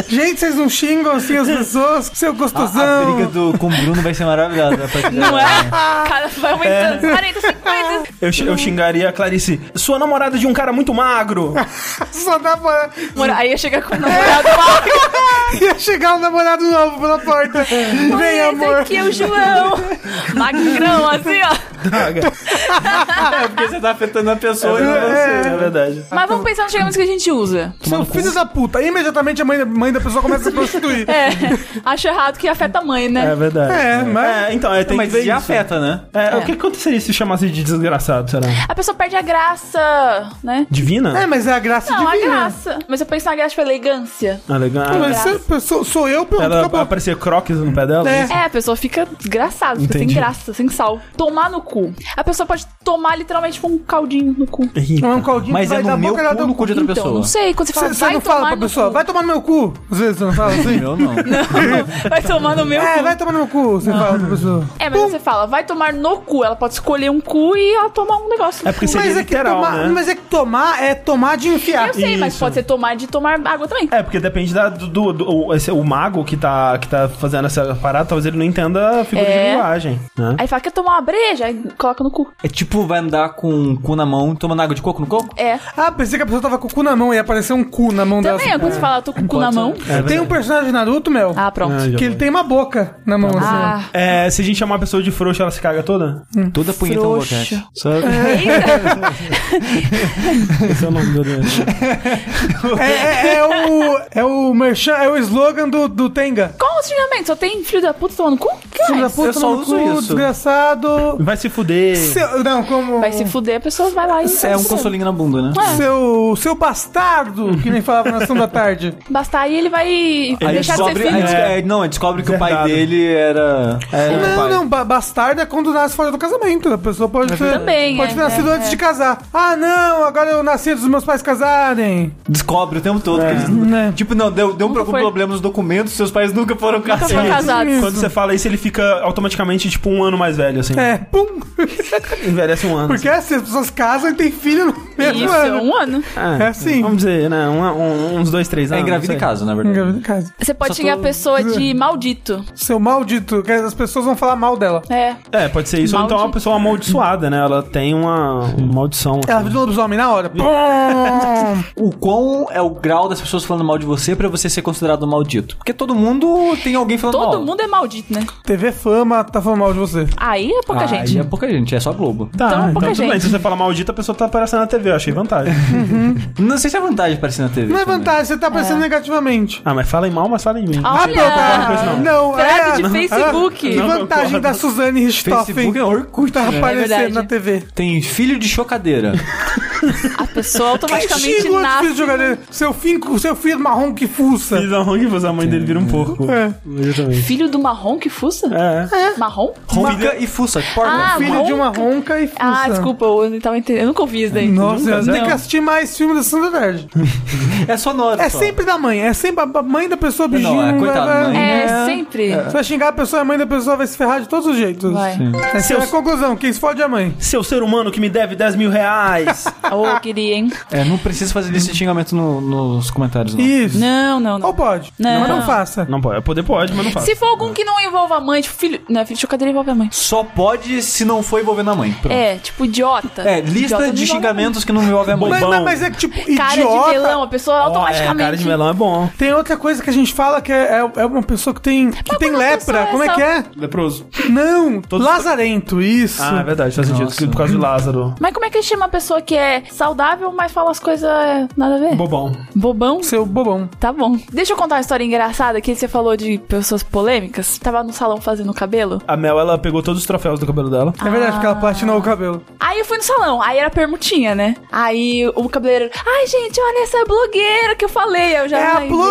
[SPEAKER 4] Gente, vocês não xingam assim as pessoas? Seu
[SPEAKER 3] a, a briga
[SPEAKER 4] gostosão!
[SPEAKER 3] do, com o Bruno vai ser maravilhosa. a partir
[SPEAKER 1] Não
[SPEAKER 3] da-
[SPEAKER 1] é? Cara, vai aumentando. 40, 50.
[SPEAKER 2] Eu, xi- eu xingaria a Clarice, sua namorada de um cara muito magro.
[SPEAKER 4] Só dá pra...
[SPEAKER 1] Mora- Aí ia chegar com o namorado mal.
[SPEAKER 4] Ia chegar um namorado novo pela porta. Vem, amor.
[SPEAKER 1] aqui é o João. Magrão, assim, ó.
[SPEAKER 2] Draga.
[SPEAKER 3] É, porque você tá afetando a pessoa e não
[SPEAKER 2] É, é verdade.
[SPEAKER 1] Mas vamos pensar nos xingamentos que a gente usa.
[SPEAKER 4] Seu filho da puta. Aí, imediatamente a mãe da, mãe da pessoa começa a se prostituir.
[SPEAKER 1] É, acho errado que afeta a mãe, né?
[SPEAKER 2] É verdade.
[SPEAKER 4] É, mas-
[SPEAKER 2] É, então, é, tem
[SPEAKER 3] Mas
[SPEAKER 2] que ver
[SPEAKER 3] já
[SPEAKER 2] isso.
[SPEAKER 3] afeta, né?
[SPEAKER 2] É, O que aconteceria se chamasse de desgraçado, será?
[SPEAKER 1] A pessoa perde a graça, né?
[SPEAKER 2] Divina?
[SPEAKER 4] É, mas é a graça
[SPEAKER 1] Não, a
[SPEAKER 4] divina.
[SPEAKER 1] graça. Mas eu penso na graça tipo elegância.
[SPEAKER 2] Ah, legal.
[SPEAKER 4] Mas
[SPEAKER 1] graça.
[SPEAKER 4] se a pessoa- sou eu, pronto,
[SPEAKER 2] Ela
[SPEAKER 4] acabou.
[SPEAKER 2] aparecia croques no pé dela?
[SPEAKER 4] É.
[SPEAKER 2] isso?
[SPEAKER 1] É, a pessoa fica desgraçada, fica sem
[SPEAKER 2] Entendi.
[SPEAKER 1] graça, sem sal. Tomar no cu. A pessoa pode tomar literalmente com um caldinho no cu.
[SPEAKER 2] Ih,
[SPEAKER 4] Não é um caldinho
[SPEAKER 3] Mas
[SPEAKER 4] que
[SPEAKER 3] é
[SPEAKER 4] vai
[SPEAKER 3] no
[SPEAKER 4] da
[SPEAKER 3] meu
[SPEAKER 4] boca, ela
[SPEAKER 3] cu
[SPEAKER 4] dá
[SPEAKER 3] ou
[SPEAKER 4] um
[SPEAKER 3] no cu de outra
[SPEAKER 1] Então,
[SPEAKER 3] pessoa?
[SPEAKER 1] não sei, quando você fala,
[SPEAKER 4] Você você
[SPEAKER 1] vai
[SPEAKER 4] não
[SPEAKER 1] tomar
[SPEAKER 4] fala pra
[SPEAKER 1] no
[SPEAKER 4] pessoa,
[SPEAKER 1] cu.
[SPEAKER 4] vai tomar no meu cu. Às vezes você não fala
[SPEAKER 2] então.
[SPEAKER 4] assim.
[SPEAKER 3] Eu não.
[SPEAKER 1] Vai tomar no meu
[SPEAKER 4] É,
[SPEAKER 1] cu.
[SPEAKER 4] vai tomar no meu cu, você fala pra pessoa.
[SPEAKER 1] É, mas você fala, vai tomar no cu. Ela pode escolher um cu e ela tomar um negócio. no
[SPEAKER 2] É porque
[SPEAKER 1] cu.
[SPEAKER 2] Seria
[SPEAKER 4] Mas é, que
[SPEAKER 2] literal,
[SPEAKER 4] tomar,
[SPEAKER 2] né?
[SPEAKER 4] mas é que tomar é tomar de enfiar.
[SPEAKER 1] Eu sei, mas
[SPEAKER 2] Isso.
[SPEAKER 1] pode ser tomar de tomar água também.
[SPEAKER 2] É, porque depende da, do, do- do- o, esse- o mago que tá, que tá fazendo essa parada, talvez ele não entenda a figura
[SPEAKER 1] É.
[SPEAKER 2] de linguagem. Né?
[SPEAKER 1] Aí fala, quer tomar uma breja? Aí coloca no cu.
[SPEAKER 3] É tipo, vai andar com o cu na mão, tomando água de coco no coco?
[SPEAKER 1] É.
[SPEAKER 4] Ah, pensei que a pessoa tava com o cu na mão e ia aparecer um cu na mão
[SPEAKER 1] Também, é
[SPEAKER 4] dela.
[SPEAKER 1] quando você fala, tô com o cu na mão.
[SPEAKER 2] É
[SPEAKER 4] Tem um
[SPEAKER 2] verdade.
[SPEAKER 4] personagem de Naruto, Mel,
[SPEAKER 1] Ah, pronto.
[SPEAKER 2] Ah, já
[SPEAKER 4] que ele
[SPEAKER 2] vai.
[SPEAKER 4] tem uma boca na mão, assim.
[SPEAKER 1] Ah,
[SPEAKER 2] É, se a gente chamar a pessoa de frouxa, ela se caga toda?
[SPEAKER 3] Toda punheta no
[SPEAKER 1] Hum. Frouxa.
[SPEAKER 3] boquete. Sabe?
[SPEAKER 2] Esse é o nome do
[SPEAKER 4] É, é- é o. É o merchan, é o slogan do, do Tenga.
[SPEAKER 1] qual o xingamento? Só tem filho da puta tomando cu? Que
[SPEAKER 4] Filho da
[SPEAKER 1] mais?
[SPEAKER 4] puta,
[SPEAKER 3] eu só
[SPEAKER 4] no
[SPEAKER 3] uso
[SPEAKER 4] cu,
[SPEAKER 3] isso.
[SPEAKER 4] desgraçado.
[SPEAKER 2] Vai se fuder.
[SPEAKER 4] Seu, não, como.
[SPEAKER 1] Vai se fuder, a pessoa vai lá e...
[SPEAKER 3] É um consolinho na bunda, né?
[SPEAKER 4] seu, seu bastardo, que nem falava na Sessão da Tarde.
[SPEAKER 1] Bastar aí, ele vai
[SPEAKER 3] Aí
[SPEAKER 1] deixar de ser
[SPEAKER 3] descobre,
[SPEAKER 1] filho.
[SPEAKER 3] aí desco- é, não, aí descobre que o pai
[SPEAKER 2] Verdade.
[SPEAKER 3] dele era.
[SPEAKER 1] É,
[SPEAKER 3] era o
[SPEAKER 4] Não,
[SPEAKER 3] pai.
[SPEAKER 4] não, ba- bastardo é quando nasce fora do casamento. A pessoa pode ter,
[SPEAKER 1] Também,
[SPEAKER 4] pode
[SPEAKER 1] é,
[SPEAKER 4] ter nascido
[SPEAKER 1] é,
[SPEAKER 4] antes
[SPEAKER 1] é.
[SPEAKER 4] de casar. Ah, não, agora eu nasci antes dos meus pais casarem.
[SPEAKER 3] Descobre o tempo
[SPEAKER 2] É.
[SPEAKER 3] todo. que eles-
[SPEAKER 4] Né.
[SPEAKER 3] Tipo, não, deu, deu um
[SPEAKER 1] Nunca
[SPEAKER 3] pro-
[SPEAKER 1] foi-
[SPEAKER 3] problema nos documentos, seus pais nunca foram
[SPEAKER 1] Nunca
[SPEAKER 3] casados.
[SPEAKER 1] foram
[SPEAKER 4] é
[SPEAKER 1] casados.
[SPEAKER 2] Quando você fala isso, ele fica automaticamente, tipo, um ano mais velho, assim.
[SPEAKER 4] É, pum.
[SPEAKER 2] Envelhece um ano.
[SPEAKER 4] Porque é assim, as pessoas casam e têm filho no mesmo
[SPEAKER 1] Isso, é
[SPEAKER 4] ano.
[SPEAKER 1] um ano.
[SPEAKER 2] assim.
[SPEAKER 4] é assim.
[SPEAKER 2] Vamos dizer, né? um- um- uns dois, três
[SPEAKER 3] É,
[SPEAKER 2] anos.
[SPEAKER 3] engravida
[SPEAKER 2] não
[SPEAKER 3] em
[SPEAKER 2] sei.
[SPEAKER 3] casa, na verdade.
[SPEAKER 4] Engravida em casa.
[SPEAKER 1] Você pode
[SPEAKER 3] Só
[SPEAKER 1] xingar
[SPEAKER 3] tô-
[SPEAKER 1] a pessoa de maldito.
[SPEAKER 4] Seu maldito, que as pessoas vão falar mal dela.
[SPEAKER 1] É.
[SPEAKER 2] É, pode ser isso. Ou então é uma
[SPEAKER 1] Maldi-
[SPEAKER 2] pessoa amaldiçoada, né? Ela tem uma, uma maldição. assim.
[SPEAKER 4] Ela vira um lobisomem na hora. Pum.
[SPEAKER 3] O quão é o grau das pessoas falando mal de você pra você ser considerado maldito? Porque todo mundo tem alguém falando mal.
[SPEAKER 1] Todo mundo é maldito, né?
[SPEAKER 4] TV Fama tá falando mal de você.
[SPEAKER 1] Aí é pouca
[SPEAKER 3] Ah,
[SPEAKER 1] gente.
[SPEAKER 3] aí é pouca gente, é só Globo.
[SPEAKER 2] Tá,
[SPEAKER 1] Então,
[SPEAKER 2] então,
[SPEAKER 1] pouca
[SPEAKER 2] tudo bem.
[SPEAKER 1] gente.
[SPEAKER 2] Se você fala maldita, a pessoa tá aparecendo na TV. Eu achei vantagem.
[SPEAKER 3] Não sei se é vantagem aparecer na TV.
[SPEAKER 4] Não é
[SPEAKER 3] também.
[SPEAKER 4] vantagem, você tá pensando negativamente.
[SPEAKER 2] ah, mas fala em mal, mas fala em mim.
[SPEAKER 1] Ah, Olha!
[SPEAKER 4] tá. Não,
[SPEAKER 1] Frase de
[SPEAKER 4] Que
[SPEAKER 1] Facebook.
[SPEAKER 2] Não
[SPEAKER 4] vantagem
[SPEAKER 2] concordo.
[SPEAKER 4] da Suzane
[SPEAKER 3] Facebook
[SPEAKER 4] Richthofen
[SPEAKER 3] é Orkut.
[SPEAKER 4] tá
[SPEAKER 3] né?
[SPEAKER 1] verdade.
[SPEAKER 4] aparecendo na TV.
[SPEAKER 3] Tem filho de chocadeira.
[SPEAKER 1] A pessoa automaticamente
[SPEAKER 4] Xinga o outro filho
[SPEAKER 1] nasce.
[SPEAKER 4] de jogador. Seu filho, seu filho marrom que fuça.
[SPEAKER 2] Fiz a Hong, a mãe dele vira um porco.
[SPEAKER 4] É.
[SPEAKER 2] Exatamente.
[SPEAKER 1] Filho do marrom que fuça?
[SPEAKER 2] É.
[SPEAKER 1] Marrom?
[SPEAKER 3] Ronca e fuça.
[SPEAKER 1] Ah,
[SPEAKER 3] Porca.
[SPEAKER 4] Filho de uma ronca e fuça.
[SPEAKER 1] Ah, desculpa, eu não tava entendendo. Eu nunca ouvi isso daí.
[SPEAKER 4] Nossa,
[SPEAKER 2] Nunca,
[SPEAKER 4] você tem
[SPEAKER 2] não.
[SPEAKER 4] que assistir mais filmes da Sandra Tarde.
[SPEAKER 3] É sonoro.
[SPEAKER 4] É
[SPEAKER 3] só.
[SPEAKER 4] sempre da mãe, é sempre a mãe da pessoa bichinho.
[SPEAKER 3] é,
[SPEAKER 4] vai-
[SPEAKER 3] coitada da
[SPEAKER 4] vai-
[SPEAKER 3] mãe.
[SPEAKER 1] É,
[SPEAKER 3] É.
[SPEAKER 1] sempre.
[SPEAKER 4] Você vai xingar a pessoa, a mãe da pessoa vai se ferrar de todos os jeitos.
[SPEAKER 1] Vai.
[SPEAKER 4] Essa é a conclusão, quem se fode é a mãe.
[SPEAKER 2] Seu ser humano que me deve 10 mil reais.
[SPEAKER 1] Ô, queria, hein?
[SPEAKER 3] É, não precisa fazer esse xingamento no- nos comentários, não.
[SPEAKER 4] Isso.
[SPEAKER 1] Não, não, não.
[SPEAKER 4] Ou pode.
[SPEAKER 1] Não.
[SPEAKER 4] Mas não faça.
[SPEAKER 2] não pode. Poder pode, mas não faz.
[SPEAKER 1] Se for algum que não envolva a mãe, tipo, filho. Não, filho de chocadeira envolve a mãe.
[SPEAKER 3] Só pode se não for envolvendo a mãe. Pronto.
[SPEAKER 1] É, tipo, idiota.
[SPEAKER 3] É,
[SPEAKER 1] Idiota
[SPEAKER 3] lista
[SPEAKER 1] não
[SPEAKER 3] de
[SPEAKER 1] envolve a mãe.
[SPEAKER 3] xingamentos que não envolvem a mãe.
[SPEAKER 4] Mas,
[SPEAKER 2] Bom.
[SPEAKER 4] mas- mas é que, tipo,
[SPEAKER 1] Cara
[SPEAKER 4] idiota.
[SPEAKER 1] de melão, a pessoa automaticamente.
[SPEAKER 2] é, cara de melão é bom.
[SPEAKER 4] Tem outra coisa que a gente fala que é, é- é uma pessoa que tem, que tem
[SPEAKER 1] quando a pessoa
[SPEAKER 4] lepra.
[SPEAKER 1] é
[SPEAKER 4] Como é
[SPEAKER 1] só-
[SPEAKER 4] que é?
[SPEAKER 2] Leproso.
[SPEAKER 4] Não,
[SPEAKER 2] Todos-
[SPEAKER 4] lazarento, isso.
[SPEAKER 2] Ah, é verdade, faz sentido.
[SPEAKER 3] Nossa.
[SPEAKER 2] que Por causa de Lázaro.
[SPEAKER 1] Mas como é que chama a pessoa que é saudável, mas fala as coisas é, nada a ver?
[SPEAKER 2] Bobão.
[SPEAKER 1] Bobão?
[SPEAKER 4] Seu bobão.
[SPEAKER 1] Tá bom. Deixa eu contar uma história engraçada que você falou de pessoas polêmicas. Tava no salão fazendo cabelo.
[SPEAKER 2] A Mel, ela pegou todos os troféus do cabelo dela.
[SPEAKER 4] É verdade, porque ela platinou o cabelo.
[SPEAKER 1] Ah, Aí eu fui no salão, aí era permutinha, né? Aí o cabeleireiro, ai gente, olha essa blogueira que eu falei. Eu já,
[SPEAKER 4] É a
[SPEAKER 1] "Ai, Deus."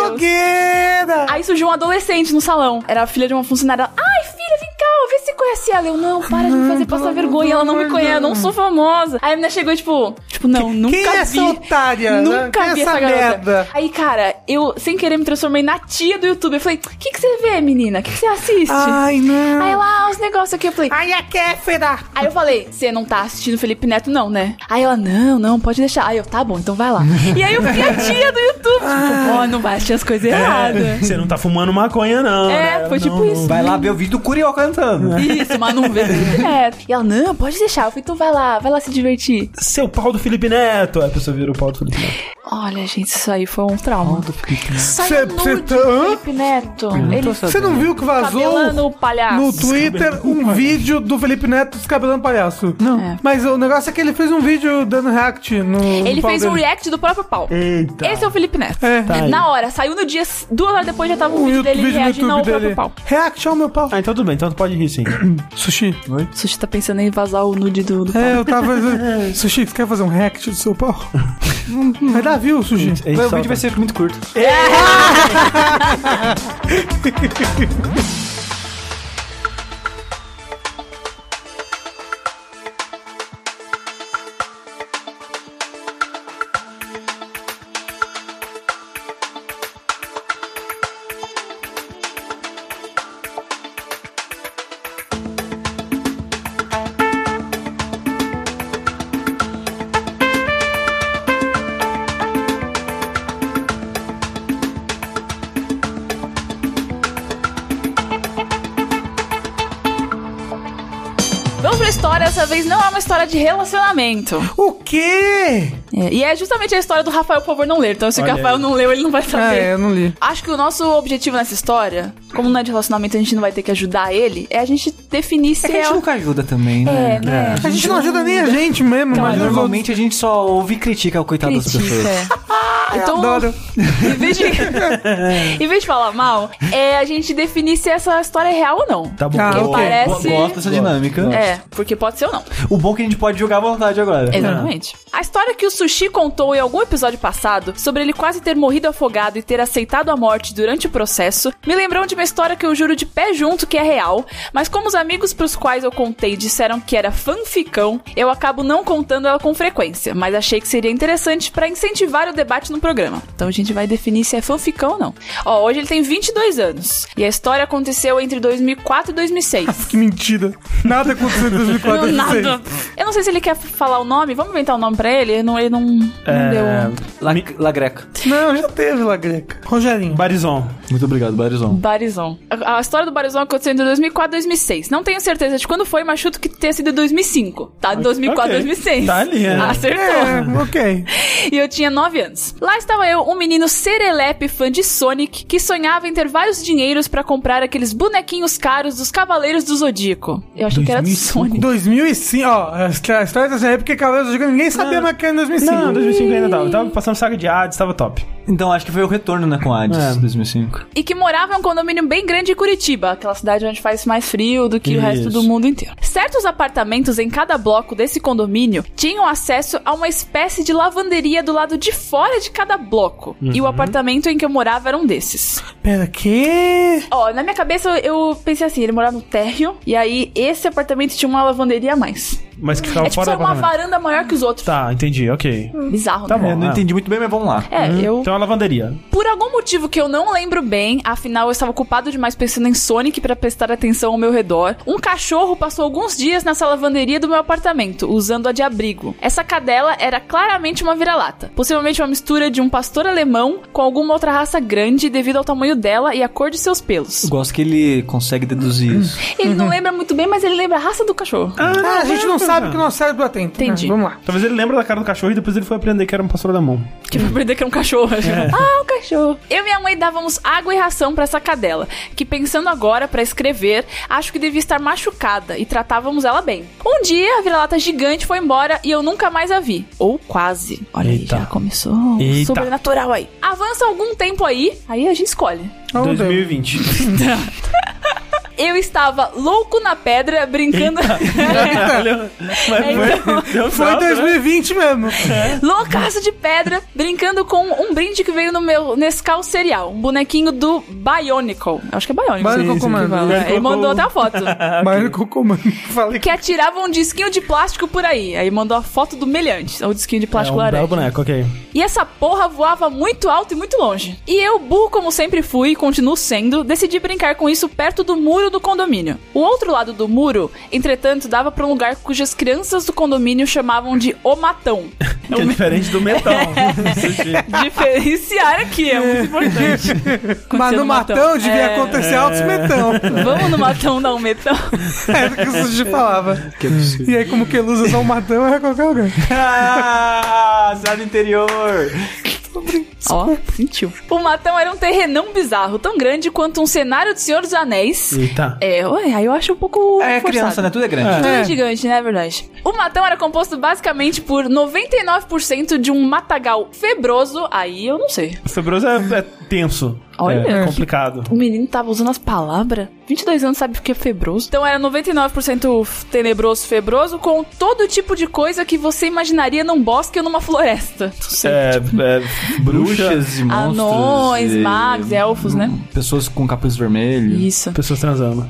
[SPEAKER 4] blogueira!
[SPEAKER 1] Aí surgiu um adolescente no salão. Era a filha de uma funcionária. Ela, Ai, filha, vem cá, vê se conhece ela. Eu, não, para de me fazer passar vergonha. Ela não me conhece, eu não sou famosa. Aí a menina chegou, tipo, tipo, não, nunca
[SPEAKER 4] quem
[SPEAKER 1] vi.
[SPEAKER 4] é essa otária, né?
[SPEAKER 1] Nunca
[SPEAKER 4] Quem é
[SPEAKER 1] vi
[SPEAKER 4] essa
[SPEAKER 1] essa, garota.
[SPEAKER 4] merda?
[SPEAKER 1] Aí, cara, eu, sem querer, me transformei na tia do YouTube. Eu falei, o que, que você vê, menina? O que, que você assiste?
[SPEAKER 4] Ai, não.
[SPEAKER 1] Aí lá, uns negócios aqui, eu falei...
[SPEAKER 4] Ai, a
[SPEAKER 1] é,
[SPEAKER 4] Kéfera!
[SPEAKER 1] Aí eu falei, você não tá assistindo Felipe Neto, não, né? Aí ela, não, não, pode deixar. Aí eu, tá bom, então vai lá. E aí eu fui a tia do YouTube. Tipo, ó, não vai assistir as coisas
[SPEAKER 2] É,
[SPEAKER 1] erradas.
[SPEAKER 2] você não tá fumando maconha, não.
[SPEAKER 1] É,
[SPEAKER 2] né?
[SPEAKER 1] foi tipo
[SPEAKER 2] Não,
[SPEAKER 1] isso.
[SPEAKER 3] Vai lá ver o vídeo do Curió cantando.
[SPEAKER 1] Isso, mas não vê Felipe Neto. É, E ela, não, pode deixar. Eu falei, então vai lá, vai lá se divertir.
[SPEAKER 2] Seu pau do Felipe Neto. Aí a pessoa vira o pau do Felipe Neto.
[SPEAKER 1] Olha, gente, isso aí foi um trauma. Sai
[SPEAKER 4] Cê-
[SPEAKER 1] nude,
[SPEAKER 4] cê tá- hã?
[SPEAKER 1] Felipe Neto. Ele
[SPEAKER 4] Você não viu que vazou
[SPEAKER 1] cabelando o palhaço.
[SPEAKER 4] no Twitter um vídeo do Felipe Neto descabelando palhaço? Não.
[SPEAKER 1] É.
[SPEAKER 4] Mas o negócio é que ele fez um vídeo dando react no.
[SPEAKER 1] Ele
[SPEAKER 4] no pau
[SPEAKER 1] fez
[SPEAKER 4] dele.
[SPEAKER 1] um react do próprio pau.
[SPEAKER 2] Eita.
[SPEAKER 1] Esse é o Felipe Neto.
[SPEAKER 4] É.
[SPEAKER 2] Tá aí.
[SPEAKER 1] Na hora, saiu no dia, duas horas depois já tava o
[SPEAKER 4] Um
[SPEAKER 1] vídeo
[SPEAKER 4] YouTube-
[SPEAKER 1] dele
[SPEAKER 4] vídeo no
[SPEAKER 1] reagindo ao
[SPEAKER 4] YouTube
[SPEAKER 1] próprio
[SPEAKER 4] dele.
[SPEAKER 1] pau.
[SPEAKER 4] React ao meu pau.
[SPEAKER 2] Ah, então tudo bem. Então tu pode rir, sim.
[SPEAKER 4] Sushi.
[SPEAKER 1] Sushi tá pensando em vazar o nude do, do pau.
[SPEAKER 4] É, eu tava. sushi, você quer fazer um react do seu pau? Vai dar view, Sushi.
[SPEAKER 2] A gente
[SPEAKER 3] o
[SPEAKER 2] solta.
[SPEAKER 3] vídeo vai ser muito curto.
[SPEAKER 1] Vamos pra história, dessa vez não é uma história de relacionamento.
[SPEAKER 4] O quê?
[SPEAKER 1] É, e é justamente a história do Rafael, por favor, não ler. Então, se
[SPEAKER 2] Olha
[SPEAKER 1] o Rafael
[SPEAKER 2] aí.
[SPEAKER 1] não leu, ele não vai
[SPEAKER 4] Ah,
[SPEAKER 1] saber.
[SPEAKER 4] é, eu não li.
[SPEAKER 1] Acho que o nosso objetivo nessa história, como não é de relacionamento, a gente não vai ter que ajudar ele, é a gente definir se
[SPEAKER 3] É que a
[SPEAKER 1] é.
[SPEAKER 3] gente
[SPEAKER 1] o-
[SPEAKER 3] nunca ajuda também, né?
[SPEAKER 1] É, né?
[SPEAKER 4] A gente não ajuda nem a gente mesmo,
[SPEAKER 1] Tá,
[SPEAKER 4] imagina
[SPEAKER 3] Mas
[SPEAKER 4] os outros.
[SPEAKER 3] normalmente a gente só ouve e critica o coitado das pessoas.
[SPEAKER 1] Critica. é. Então,
[SPEAKER 4] Adoro.
[SPEAKER 1] em vez, de, em vez de falar mal, é a gente definir se essa história é real ou não.
[SPEAKER 2] Tá bom.
[SPEAKER 4] Ah,
[SPEAKER 2] Boa.
[SPEAKER 4] ok.
[SPEAKER 1] Parece-
[SPEAKER 3] Go- Gosto dessa dinâmica.
[SPEAKER 1] É, porque pode ser ou não.
[SPEAKER 3] O bom é que a gente pode jogar à vontade agora.
[SPEAKER 1] Exatamente. A história que o Sushi contou em algum episódio passado, sobre ele quase ter morrido afogado e ter aceitado a morte durante o processo, me lembrou de uma história que eu juro de pé junto que é real, mas como os amigos pros quais eu contei disseram que era fanficão, eu acabo não contando ela com frequência, mas achei que seria interessante pra incentivar o debate no programa. Então a gente vai definir se é fanficão ou não. Ó, hoje ele tem 22 anos, e a história aconteceu entre 2004 e 2006.
[SPEAKER 4] Que mentira. Nada aconteceu em 2004.
[SPEAKER 1] Não,
[SPEAKER 4] eu sei.
[SPEAKER 1] nada. Eu não sei se ele quer falar o nome. Vamos inventar o nome pra ele? Ele Não, ele não, não deu.
[SPEAKER 3] La, La Greca.
[SPEAKER 4] Não, já teve lá, Greca. Rogerinho.
[SPEAKER 2] Barizon.
[SPEAKER 3] Muito obrigado, Barizon.
[SPEAKER 1] Barizon. um A, a história do Barizon aconteceu entre 2004 e 2006. Não tenho certeza de quando foi, mas chuto que tenha sido em 2005. Tá? Em 2004,
[SPEAKER 2] ok.
[SPEAKER 1] 2006.
[SPEAKER 2] Tá ali, é.
[SPEAKER 1] Acertou.
[SPEAKER 4] É,
[SPEAKER 1] Tá.
[SPEAKER 4] ok.
[SPEAKER 1] E eu tinha 9 anos. Lá estava eu, um menino serelepe fã de Sonic, que sonhava em ter vários dinheiros pra comprar aqueles bonequinhos caros dos Cavaleiros do Zodíaco. Eu achei que era do
[SPEAKER 2] 2005.
[SPEAKER 1] Sonic.
[SPEAKER 4] 2005, ó, a história dessa época é que Cavaleiros do Zodíaco, ninguém sabia mais que era em 2005.
[SPEAKER 2] Não, 2005 ainda tava. Tava passando saga de Hades, tava top.
[SPEAKER 3] Então acho que foi o retorno, né, com a Hades,
[SPEAKER 2] É.
[SPEAKER 3] 2005.
[SPEAKER 1] e que morava em um condomínio bem grande em Curitiba, aquela cidade onde faz mais frio do que o
[SPEAKER 2] Isso.
[SPEAKER 1] resto do mundo inteiro. Certos apartamentos em cada bloco desse condomínio tinham acesso a uma espécie de lavanderia do lado de fora de cada bloco. E o
[SPEAKER 2] Uhum.
[SPEAKER 1] apartamento em que eu morava era um desses.
[SPEAKER 4] Pera, que?
[SPEAKER 1] Ó, na minha cabeça eu eu pensei assim, ele morava no térreo, e aí esse apartamento tinha uma lavanderia a mais.
[SPEAKER 2] Mas que ficava
[SPEAKER 1] é tipo
[SPEAKER 2] fora
[SPEAKER 1] só
[SPEAKER 2] da
[SPEAKER 1] uma
[SPEAKER 2] barra.
[SPEAKER 1] varanda maior que os outros.
[SPEAKER 2] Tá, entendi, ok.
[SPEAKER 1] Bizarro,
[SPEAKER 2] Tá
[SPEAKER 1] né?
[SPEAKER 2] bom.
[SPEAKER 3] É, não
[SPEAKER 2] ah.
[SPEAKER 3] entendi muito bem, mas vamos lá.
[SPEAKER 1] É, eu
[SPEAKER 2] Então é uma lavanderia.
[SPEAKER 1] Por algum motivo que eu não lembro bem, afinal eu estava ocupado demais pensando em Sonic para prestar atenção ao meu redor, um cachorro passou alguns dias nessa lavanderia do meu apartamento, usando-a de abrigo. Essa cadela era claramente uma vira-lata, possivelmente uma mistura de um pastor alemão com alguma outra raça grande devido ao tamanho dela e à cor de seus pelos.
[SPEAKER 3] Gosto que ele consegue deduzir isso.
[SPEAKER 1] Ele não lembra muito bem, mas ele lembra a raça do cachorro.
[SPEAKER 4] Ah, a gente não sabe o que o nosso cérebro atenta.
[SPEAKER 1] Entendi.
[SPEAKER 4] Ah, vamos lá.
[SPEAKER 2] Talvez ele lembre da cara do cachorro e depois ele foi aprender que era um pastor da mão.
[SPEAKER 1] Que vai perder que é um cachorro. Ah, um cachorro. Eu e minha mãe dávamos água e ração pra essa cadela, que pensando agora pra escrever, acho que devia estar machucada e tratávamos ela bem. Um dia a vira-lata gigante foi embora e eu nunca mais a vi. Ou quase. Olha
[SPEAKER 2] Eita.
[SPEAKER 1] aí, já começou o
[SPEAKER 2] Eita.
[SPEAKER 1] sobrenatural aí. Avança algum tempo aí, aí a gente escolhe.
[SPEAKER 4] Ah, não deu.
[SPEAKER 2] 2020.
[SPEAKER 1] eu estava louco na pedra, brincando.
[SPEAKER 2] Caralho. Mas
[SPEAKER 1] Então,
[SPEAKER 2] foi, deu
[SPEAKER 4] Foi em
[SPEAKER 2] salto, né?
[SPEAKER 4] 2020 mesmo.
[SPEAKER 1] Loucaço de pedra, brincando com um brinde que veio no meu Nescau cereal. Um bonequinho do Bionicle. Acho que é Bionicle.
[SPEAKER 4] Bionicle
[SPEAKER 1] que
[SPEAKER 4] Command.
[SPEAKER 1] fala. né?
[SPEAKER 2] Bionicle
[SPEAKER 1] Ele mandou
[SPEAKER 2] com-
[SPEAKER 1] até a foto.
[SPEAKER 4] Mas com o comando. Falei que.
[SPEAKER 1] que atirava um disquinho de plástico por aí. Aí mandou a foto do melhante, o disquinho de
[SPEAKER 2] É
[SPEAKER 1] plástico
[SPEAKER 2] um belo
[SPEAKER 1] laranja.
[SPEAKER 2] boneco, ok.
[SPEAKER 1] E essa porra voava muito alto e muito longe. E eu, burro como sempre fui e continuo sendo, decidi brincar com isso perto do muro do condomínio. O outro lado do muro, entretanto, dava pra um lugar cujas crianças do condomínio chamavam de O Matão.
[SPEAKER 2] Que é diferente do metal.
[SPEAKER 1] Diferenciar aqui é muito importante. Acontecia
[SPEAKER 4] Mas no matão devia
[SPEAKER 1] É,
[SPEAKER 4] acontecer altos metão.
[SPEAKER 1] Vamos no matão dar um metão.
[SPEAKER 4] Era o que o Sushi falava.
[SPEAKER 3] é
[SPEAKER 4] E aí, como que usa só o matão, era qualquer lugar.
[SPEAKER 3] ah, cidade interior.
[SPEAKER 1] Ó, sentiu. O matão era um terrenão bizarro, tão grande quanto um cenário do Senhor dos Anéis.
[SPEAKER 2] Eita.
[SPEAKER 1] É, ué, aí eu acho um pouco.
[SPEAKER 3] É
[SPEAKER 1] forçado.
[SPEAKER 3] criança, né? Tudo é grande.
[SPEAKER 1] Tudo é.
[SPEAKER 4] É.
[SPEAKER 1] gigante, né? É verdade. O matão era composto basicamente por 99% de um matagal febroso. Aí eu não sei.
[SPEAKER 2] Febroso é, é tenso.
[SPEAKER 1] Olha.
[SPEAKER 2] É complicado.
[SPEAKER 1] O menino tava usando as palavras. 22 anos sabe o que é febroso. Então era 99% tenebroso, febroso, com todo tipo de coisa que você imaginaria num bosque ou numa floresta. Não sei.
[SPEAKER 2] É, é, bruxa,
[SPEAKER 3] Bruxas e monstros.
[SPEAKER 1] Ah, Anões,
[SPEAKER 3] e-
[SPEAKER 1] magos, elfos, né?
[SPEAKER 3] Pessoas com capuz vermelho.
[SPEAKER 1] Isso.
[SPEAKER 2] pessoas transando.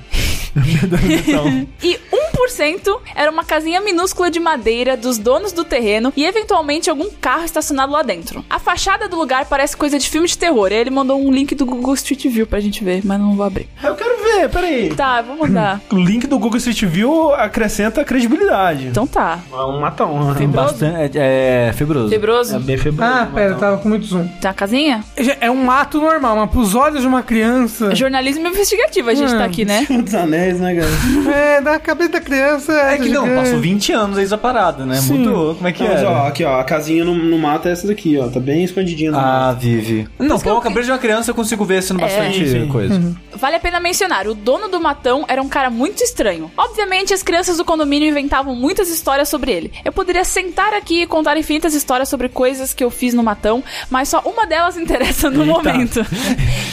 [SPEAKER 1] E 1% era uma casinha minúscula de madeira dos donos do terreno e eventualmente algum carro estacionado lá dentro. A fachada do lugar parece coisa de filme de terror. Ele mandou um link do Google Street View pra gente ver, mas não vou abrir.
[SPEAKER 2] Ah, Eu quero ver, peraí.
[SPEAKER 1] Tá, vou mandar.
[SPEAKER 2] O link do Google Street View acrescenta credibilidade.
[SPEAKER 1] Então tá.
[SPEAKER 2] É um matão. né?
[SPEAKER 3] Bastante, é, é febroso.
[SPEAKER 1] Febroso?
[SPEAKER 2] É bem febroso.
[SPEAKER 4] Ah,
[SPEAKER 2] um
[SPEAKER 4] pera,
[SPEAKER 2] matão.
[SPEAKER 4] tava com muito zoom.
[SPEAKER 1] Tá a casinha? É
[SPEAKER 4] É um ato normal, mas pros olhos de uma criança.
[SPEAKER 1] Jornalismo investigativo a gente tá aqui, né?
[SPEAKER 2] Dos anéis, né, cara?
[SPEAKER 4] É, da cabeça da criança.
[SPEAKER 3] É que não,
[SPEAKER 4] gigante.
[SPEAKER 3] passou 20 anos aí essa parada, né?
[SPEAKER 2] Sim.
[SPEAKER 3] Mudou, como é que
[SPEAKER 2] Não, mas,
[SPEAKER 3] é?
[SPEAKER 2] ó, aqui, ó, a casinha no, no mato é essa daqui, ó. Tá bem escondidinha no
[SPEAKER 3] Ah,
[SPEAKER 2] mato.
[SPEAKER 3] Vivi.
[SPEAKER 1] isso
[SPEAKER 3] Não,
[SPEAKER 1] que
[SPEAKER 3] com
[SPEAKER 1] eu- É. Uhum.
[SPEAKER 3] a cabeça de uma criança eu consigo ver sendo bastante
[SPEAKER 2] Sim, sim.
[SPEAKER 3] coisa.
[SPEAKER 1] Vale a pena mencionar, o dono do matão era um cara muito estranho. Obviamente, as crianças do condomínio inventavam muitas histórias sobre ele. Eu poderia sentar aqui e contar infinitas histórias sobre coisas que eu fiz no matão, mas só uma delas interessa no
[SPEAKER 2] Eita.
[SPEAKER 1] momento.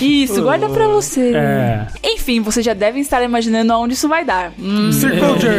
[SPEAKER 1] Isso, guarda pra você.
[SPEAKER 2] É.
[SPEAKER 1] Enfim, vocês já devem estar imaginando aonde isso vai dar. Hum,
[SPEAKER 4] Circle Jerk.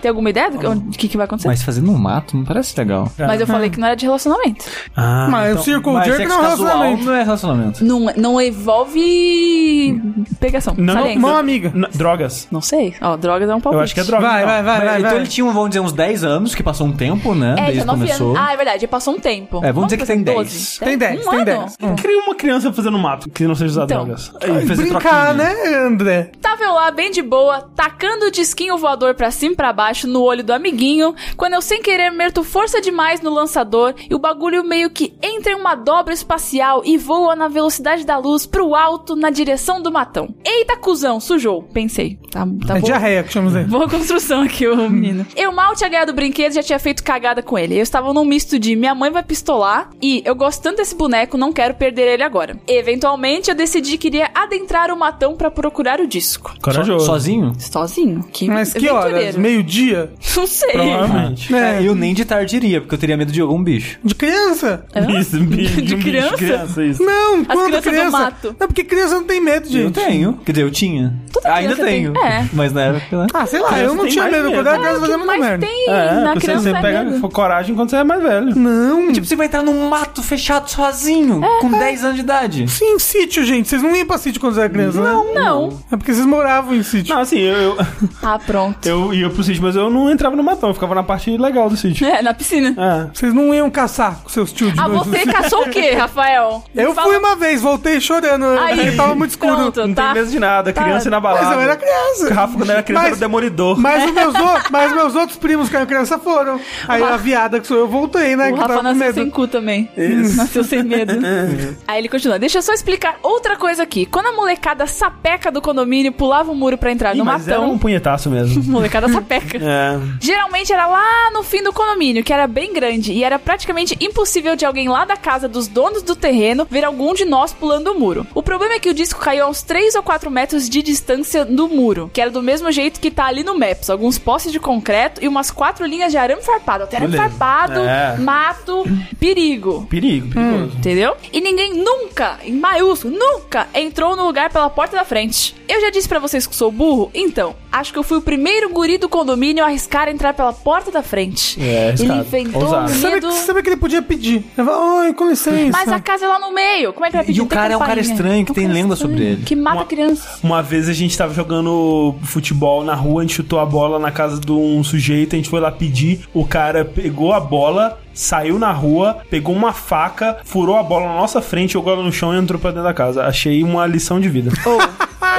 [SPEAKER 1] tem alguma ideia do que, onde- que, que vai acontecer? Mas,
[SPEAKER 3] Mas fazendo no mato não parece legal.
[SPEAKER 1] eu falei que não era de relacionamento.
[SPEAKER 2] Ah,
[SPEAKER 4] Mas o Circle Jerk não é um relacionamento.
[SPEAKER 3] não é relacionamento.
[SPEAKER 1] Não, não envolve pegação.
[SPEAKER 2] Não,
[SPEAKER 1] saliência.
[SPEAKER 4] Mão amiga.
[SPEAKER 2] n- drogas.
[SPEAKER 1] Não sei. Ó, drogas é um palpite.
[SPEAKER 2] Eu acho que é droga.
[SPEAKER 4] Vai,
[SPEAKER 2] não.
[SPEAKER 4] vai, vai,
[SPEAKER 3] Mas,
[SPEAKER 4] vai.
[SPEAKER 3] então
[SPEAKER 4] vai.
[SPEAKER 3] ele tinha, vamos dizer, uns 10 anos, que passou um tempo,
[SPEAKER 1] É,
[SPEAKER 3] né? desde
[SPEAKER 1] tinha
[SPEAKER 3] que
[SPEAKER 1] 9
[SPEAKER 3] começou.
[SPEAKER 1] anos. Ah, é verdade, passou um tempo.
[SPEAKER 3] É, vamos dizer que tem
[SPEAKER 1] 12.
[SPEAKER 3] 10.
[SPEAKER 4] Tem 10,
[SPEAKER 1] um
[SPEAKER 4] tem
[SPEAKER 1] ano?
[SPEAKER 4] 10.
[SPEAKER 2] Cria uma criança fazendo mato que não seja usar
[SPEAKER 1] Então.
[SPEAKER 2] drogas.
[SPEAKER 3] Aí fez a
[SPEAKER 4] Brincar,
[SPEAKER 3] troquinha.
[SPEAKER 4] né, André?
[SPEAKER 1] Tava eu Tá, lá, bem de boa, tacando o disquinho voador pra cima e pra baixo no olho do amiguinho, quando eu sem querer meto força demais no lançador e o bagulho meio que entra em uma dobra espacial e voa na velocidade da luz pro alto na direção do matão. Eita, cuzão, sujou. Pensei. Tá, tá
[SPEAKER 4] É
[SPEAKER 1] bom.
[SPEAKER 4] diarreia que chamamos aí.
[SPEAKER 1] Boa construção aqui, o menino. Eu mal tinha ganhado o brinquedo e já tinha feito cagada com ele. Eu estava num misto de minha mãe vai pistolar e eu gosto tanto desse boneco, não quero perder ele agora. Eventualmente, eu decidi que iria adentrar o matão pra procurar o disco.
[SPEAKER 3] So,
[SPEAKER 2] Corajoso.
[SPEAKER 3] sozinho?
[SPEAKER 1] Sozinho? Que
[SPEAKER 4] Mas que horas?
[SPEAKER 1] aventureiro.
[SPEAKER 4] Meio-dia?
[SPEAKER 1] Não sei.
[SPEAKER 2] Provavelmente.
[SPEAKER 4] É.
[SPEAKER 3] É, eu nem de tarde iria, porque eu teria medo de algum bicho.
[SPEAKER 4] De criança?
[SPEAKER 1] Hã?
[SPEAKER 2] Isso, bicho,
[SPEAKER 1] De
[SPEAKER 2] um bicho
[SPEAKER 1] criança?
[SPEAKER 2] isso.
[SPEAKER 4] Não, quando
[SPEAKER 1] crianças do
[SPEAKER 4] criança.
[SPEAKER 1] mato.
[SPEAKER 4] Não, porque criança não tem medo,
[SPEAKER 3] Eu
[SPEAKER 4] gente.
[SPEAKER 3] tenho. Quer dizer, eu tinha.
[SPEAKER 1] Toda
[SPEAKER 3] Ainda
[SPEAKER 1] criança tem-
[SPEAKER 3] tenho.
[SPEAKER 1] é.
[SPEAKER 3] Mas na época, né?
[SPEAKER 4] Ah, sei lá,
[SPEAKER 2] Criança
[SPEAKER 4] eu não
[SPEAKER 2] tem
[SPEAKER 4] tinha
[SPEAKER 2] mais
[SPEAKER 4] medo.
[SPEAKER 2] medo.
[SPEAKER 4] Quando eu
[SPEAKER 1] É,
[SPEAKER 4] era criança,
[SPEAKER 1] o que
[SPEAKER 4] fazendo uma
[SPEAKER 1] mais
[SPEAKER 4] merda.
[SPEAKER 1] tem
[SPEAKER 2] É,
[SPEAKER 1] na
[SPEAKER 2] você-
[SPEAKER 1] criança
[SPEAKER 2] você
[SPEAKER 1] é
[SPEAKER 2] pega
[SPEAKER 1] medo.
[SPEAKER 2] coragem quando você é mais velho.
[SPEAKER 4] Não.
[SPEAKER 3] Tipo, você vai entrar num mato fechado sozinho,
[SPEAKER 1] É.
[SPEAKER 3] com 10 anos de idade.
[SPEAKER 4] Sim, sítio, gente. Vocês não iam pra sítio quando era criança, né?
[SPEAKER 1] Não.
[SPEAKER 4] É porque vocês moravam em sítio.
[SPEAKER 2] Não, assim, eu, eu,
[SPEAKER 1] Ah, pronto.
[SPEAKER 2] eu ia pro sítio, mas eu não entrava no matão, eu ficava na parte legal do sítio.
[SPEAKER 1] É, na piscina.
[SPEAKER 2] É.
[SPEAKER 4] Vocês não iam caçar com seus tios de
[SPEAKER 1] Ah,
[SPEAKER 4] noite.
[SPEAKER 1] você caçou o quê, Rafael?
[SPEAKER 4] Eu
[SPEAKER 1] Fala-
[SPEAKER 4] fui uma vez, voltei chorando.
[SPEAKER 1] Aí,
[SPEAKER 4] Aí tava muito escuro.
[SPEAKER 1] pronto,
[SPEAKER 2] Não
[SPEAKER 1] tá.
[SPEAKER 2] tem medo de nada, criança na balada.
[SPEAKER 4] Mas eu era
[SPEAKER 2] O
[SPEAKER 4] criança.
[SPEAKER 2] Rafa, quando era criança,
[SPEAKER 4] Mas-
[SPEAKER 2] era o demolidor.
[SPEAKER 4] Mas os meus, o- mas meus outros primos que eram criança foram. Aí a viada que sou eu voltei, né?
[SPEAKER 1] O
[SPEAKER 4] que
[SPEAKER 1] Rafa
[SPEAKER 4] tava com
[SPEAKER 1] nasceu
[SPEAKER 4] medo.
[SPEAKER 1] sem cu também. Nasceu sem medo. Aí ele continua. Deixa eu só explicar outra coisa aqui. Quando a molecada sapeca do condomínio pulava o muro pra entrar
[SPEAKER 2] Ih,
[SPEAKER 1] no
[SPEAKER 2] mas era
[SPEAKER 4] então.
[SPEAKER 1] matão.
[SPEAKER 2] um punhetaço mesmo.
[SPEAKER 1] Molecada sapeca.
[SPEAKER 5] É.
[SPEAKER 1] Geralmente era lá no fim do condomínio, que era bem grande, e era praticamente impossível de alguém lá da casa dos donos do terreno ver algum de nós pulando o muro. O problema é que o disco caiu a uns 3 ou 4 metros de distância do muro, que era do mesmo jeito que tá ali no Maps, alguns postes de concreto e umas quatro linhas de arame farpado. Até arame
[SPEAKER 2] Beleza.
[SPEAKER 1] farpado,
[SPEAKER 2] É.
[SPEAKER 1] mato, perigo.
[SPEAKER 2] Perigo, perigoso.
[SPEAKER 1] Entendeu? E ninguém nunca, em maiúsculo, nunca entrou no lugar pela porta da frente. Eu já disse pra vocês que sou burro, então, acho que eu fui o primeiro guri do condomínio a arriscar entrar pela porta da frente.
[SPEAKER 2] É,
[SPEAKER 1] Ele
[SPEAKER 2] arriscado.
[SPEAKER 1] inventou
[SPEAKER 2] Ousado.
[SPEAKER 1] um
[SPEAKER 4] Sabe,
[SPEAKER 1] medo.
[SPEAKER 4] sabe que ele podia pedir? Ele fala, Oi, com licença.
[SPEAKER 1] Mas a casa é lá no meio. Como é que vai
[SPEAKER 3] E
[SPEAKER 1] pedir
[SPEAKER 3] o cara é um
[SPEAKER 1] campainha?
[SPEAKER 3] cara estranho, que
[SPEAKER 1] Um
[SPEAKER 3] tem
[SPEAKER 1] cara
[SPEAKER 3] lenda sobre ele.
[SPEAKER 1] Que mata
[SPEAKER 2] Uma-
[SPEAKER 1] crianças.
[SPEAKER 2] Uma vez a gente tava jogando futebol na rua, a gente chutou a bola na casa de um sujeito, a gente foi lá pedir, o cara pegou a bola, saiu na rua, pegou uma faca, furou a bola na nossa frente, jogou ela no chão e entrou pra dentro da casa. Achei uma lição de vida.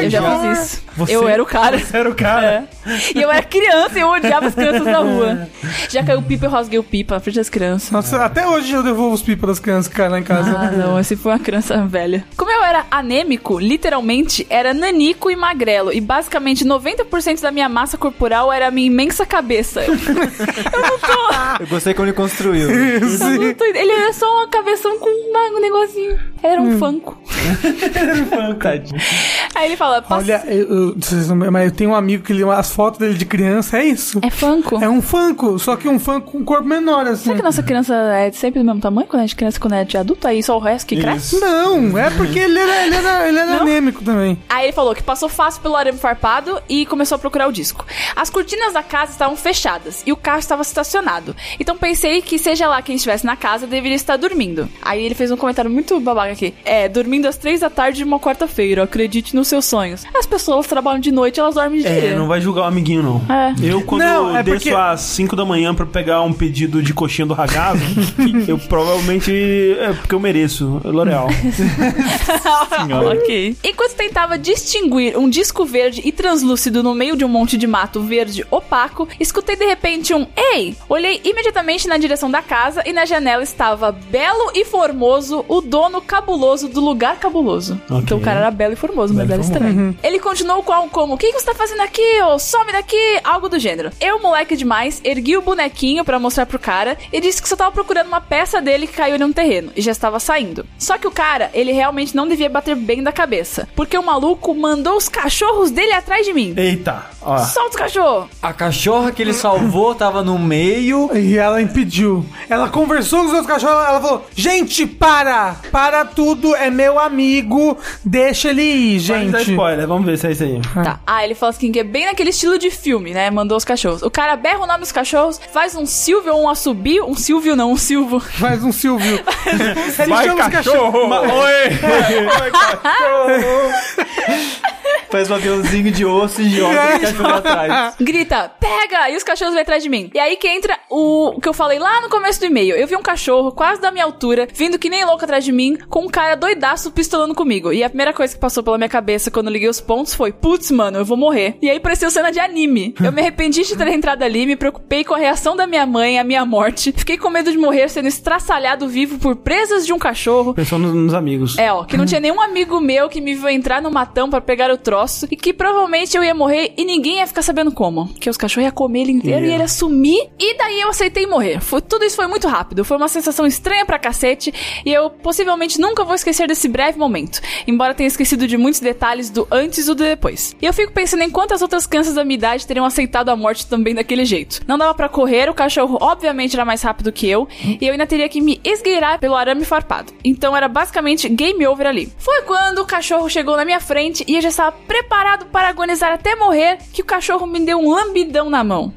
[SPEAKER 1] eu já
[SPEAKER 2] já.
[SPEAKER 1] fiz isso.
[SPEAKER 2] Você-
[SPEAKER 1] Eu era o cara.
[SPEAKER 3] é
[SPEAKER 1] É.
[SPEAKER 2] Era o cara.
[SPEAKER 1] E eu era criança e eu odiava as crianças na rua. Já caiu pipa, eu rasguei o pipa na frente das crianças.
[SPEAKER 4] Nossa, até hoje eu devolvo os pipas das crianças que caem lá em casa.
[SPEAKER 1] Ah, não, esse foi uma criança velha. Como eu era anêmico, literalmente era nanico e magrelo. E basicamente 90% da minha massa corporal era a minha imensa cabeça. Eu, não
[SPEAKER 3] Ah.
[SPEAKER 1] tô.
[SPEAKER 5] Eu gostei como ele construiu.
[SPEAKER 1] Eu não tô Tá ele era só uma cabeção com uma- um negocinho. Era
[SPEAKER 4] Hum.
[SPEAKER 1] um fanco.
[SPEAKER 2] Tadinho.
[SPEAKER 1] Aí ele fala, "Passa-
[SPEAKER 4] Olha, eu, eu- vocês não- mas eu tenho um amigo que ele, as fotos dele de criança, é isso.
[SPEAKER 1] é fanco?
[SPEAKER 4] É um funko, só que um funko com um corpo menor, assim.
[SPEAKER 1] Será que nossa criança é sempre do mesmo tamanho quando a gente criança e quando é de adulto? Aí só o resto que cresce?
[SPEAKER 4] Não, é porque ele era, ele era, ele era anêmico também.
[SPEAKER 1] Aí ele falou que passou fácil pelo arame farpado e começou a procurar o disco. As cortinas da casa estavam fechadas e o carro estava estacionado. Então pensei que, seja lá quem estivesse na casa, deveria estar dormindo. Aí ele fez um comentário muito babaca aqui. É, dormindo às três da tarde de uma quarta-feira, acredite nos seus sonhos. As pessoas trabalham de noite, elas dormem de
[SPEAKER 2] É,
[SPEAKER 1] dia.
[SPEAKER 2] não vai julgar o amiguinho, não.
[SPEAKER 1] É.
[SPEAKER 2] Eu, quando
[SPEAKER 4] Não, é
[SPEAKER 2] desço
[SPEAKER 4] porque-
[SPEAKER 2] às 5 da manhã pra pegar um pedido de coxinha do ragazzo, eu provavelmente. É porque eu mereço. L'Oreal. Senhora.
[SPEAKER 1] Ok. Enquanto tentava distinguir um disco verde e translúcido no meio de um monte de mato verde opaco, escutei de repente um Ei! Olhei imediatamente na direção da casa e na janela estava belo e formoso o dono cabuloso do lugar cabuloso.
[SPEAKER 2] Ok.
[SPEAKER 1] Então o cara era belo e formoso, mas
[SPEAKER 2] Belo
[SPEAKER 1] era
[SPEAKER 2] e
[SPEAKER 1] estranho. Uhum. Ele continuou com algo como: O que, que você tá fazendo aqui? Ou some daqui! Algo do gênero. Eu, moleque demais, ergui o bonequinho pra mostrar pro cara e disse que só tava procurando uma peça dele que caiu num terreno e já estava saindo. Só que o cara, ele realmente não devia bater bem da cabeça, porque o maluco mandou os cachorros dele atrás de mim.
[SPEAKER 2] Eita, ó.
[SPEAKER 1] Solta os cachorros!
[SPEAKER 3] A cachorra que ele salvou tava no meio.
[SPEAKER 4] E ela impediu. Ela conversou com os outros cachorros, ela falou: Gente, para! Para tudo, é meu amigo, deixa ele ir,
[SPEAKER 2] Vai dar
[SPEAKER 4] gente.
[SPEAKER 2] spoiler, vamos ver se é isso aí.
[SPEAKER 1] Tá. Ah, ele fala assim que é bem naquele estilo de filme, né? Mandou os cachorros. O cara berra o nome dos cachorros, faz um Silvio ou um assobio. Um Silvio não, um Silvo.
[SPEAKER 4] Faz um Silvio. Ele
[SPEAKER 2] Vai,
[SPEAKER 4] chama os
[SPEAKER 2] cachorro!
[SPEAKER 4] cachorros-
[SPEAKER 5] Faz um aviãozinho de osso e de obra
[SPEAKER 3] É,
[SPEAKER 5] e cachorro atrás.
[SPEAKER 1] grita, pega! E os cachorros vêm atrás de mim. E aí que entra o que eu falei lá no começo do e-mail. Eu vi um cachorro quase da minha altura, vindo que nem louco atrás de mim, com um cara doidaço pistolando comigo. E a primeira coisa que passou pela minha cabeça quando eu liguei os pontos foi: putz, mano, eu vou morrer. E aí pareceu cena de anime. Eu me arrependi de ter entrado ali, me preocupei com a reação da minha mãe à minha morte. Fiquei com medo de morrer sendo estraçalhado vivo por presas de um cachorro.
[SPEAKER 2] Pensou nos, nos amigos.
[SPEAKER 1] É, ó, que não tinha nenhum amigo meu que me viu entrar no matão pra pegar o troço e que provavelmente eu ia morrer e ninguém ia ficar sabendo como. Que os cachorros iam comer ele inteiro e ele ia sumir. E daí eu aceitei morrer. Foi, tudo isso foi muito rápido. Foi uma sensação estranha pra cacete e eu possivelmente nunca vou esquecer desse breve momento. Embora tenha esquecido de muitos detalhes do antes e do depois. E eu fico pensando em quantas outras crianças da minha idade teriam aceitado a morte também daquele jeito. Não dava pra correr, o cachorro obviamente era mais rápido que eu e eu ainda teria que me esgueirar pelo arame farpado. Então era basicamente game over ali. Foi quando o cachorro chegou na minha frente e eu já estava preparado para agonizar até morrer que o cachorro me deu um lambidão na mão.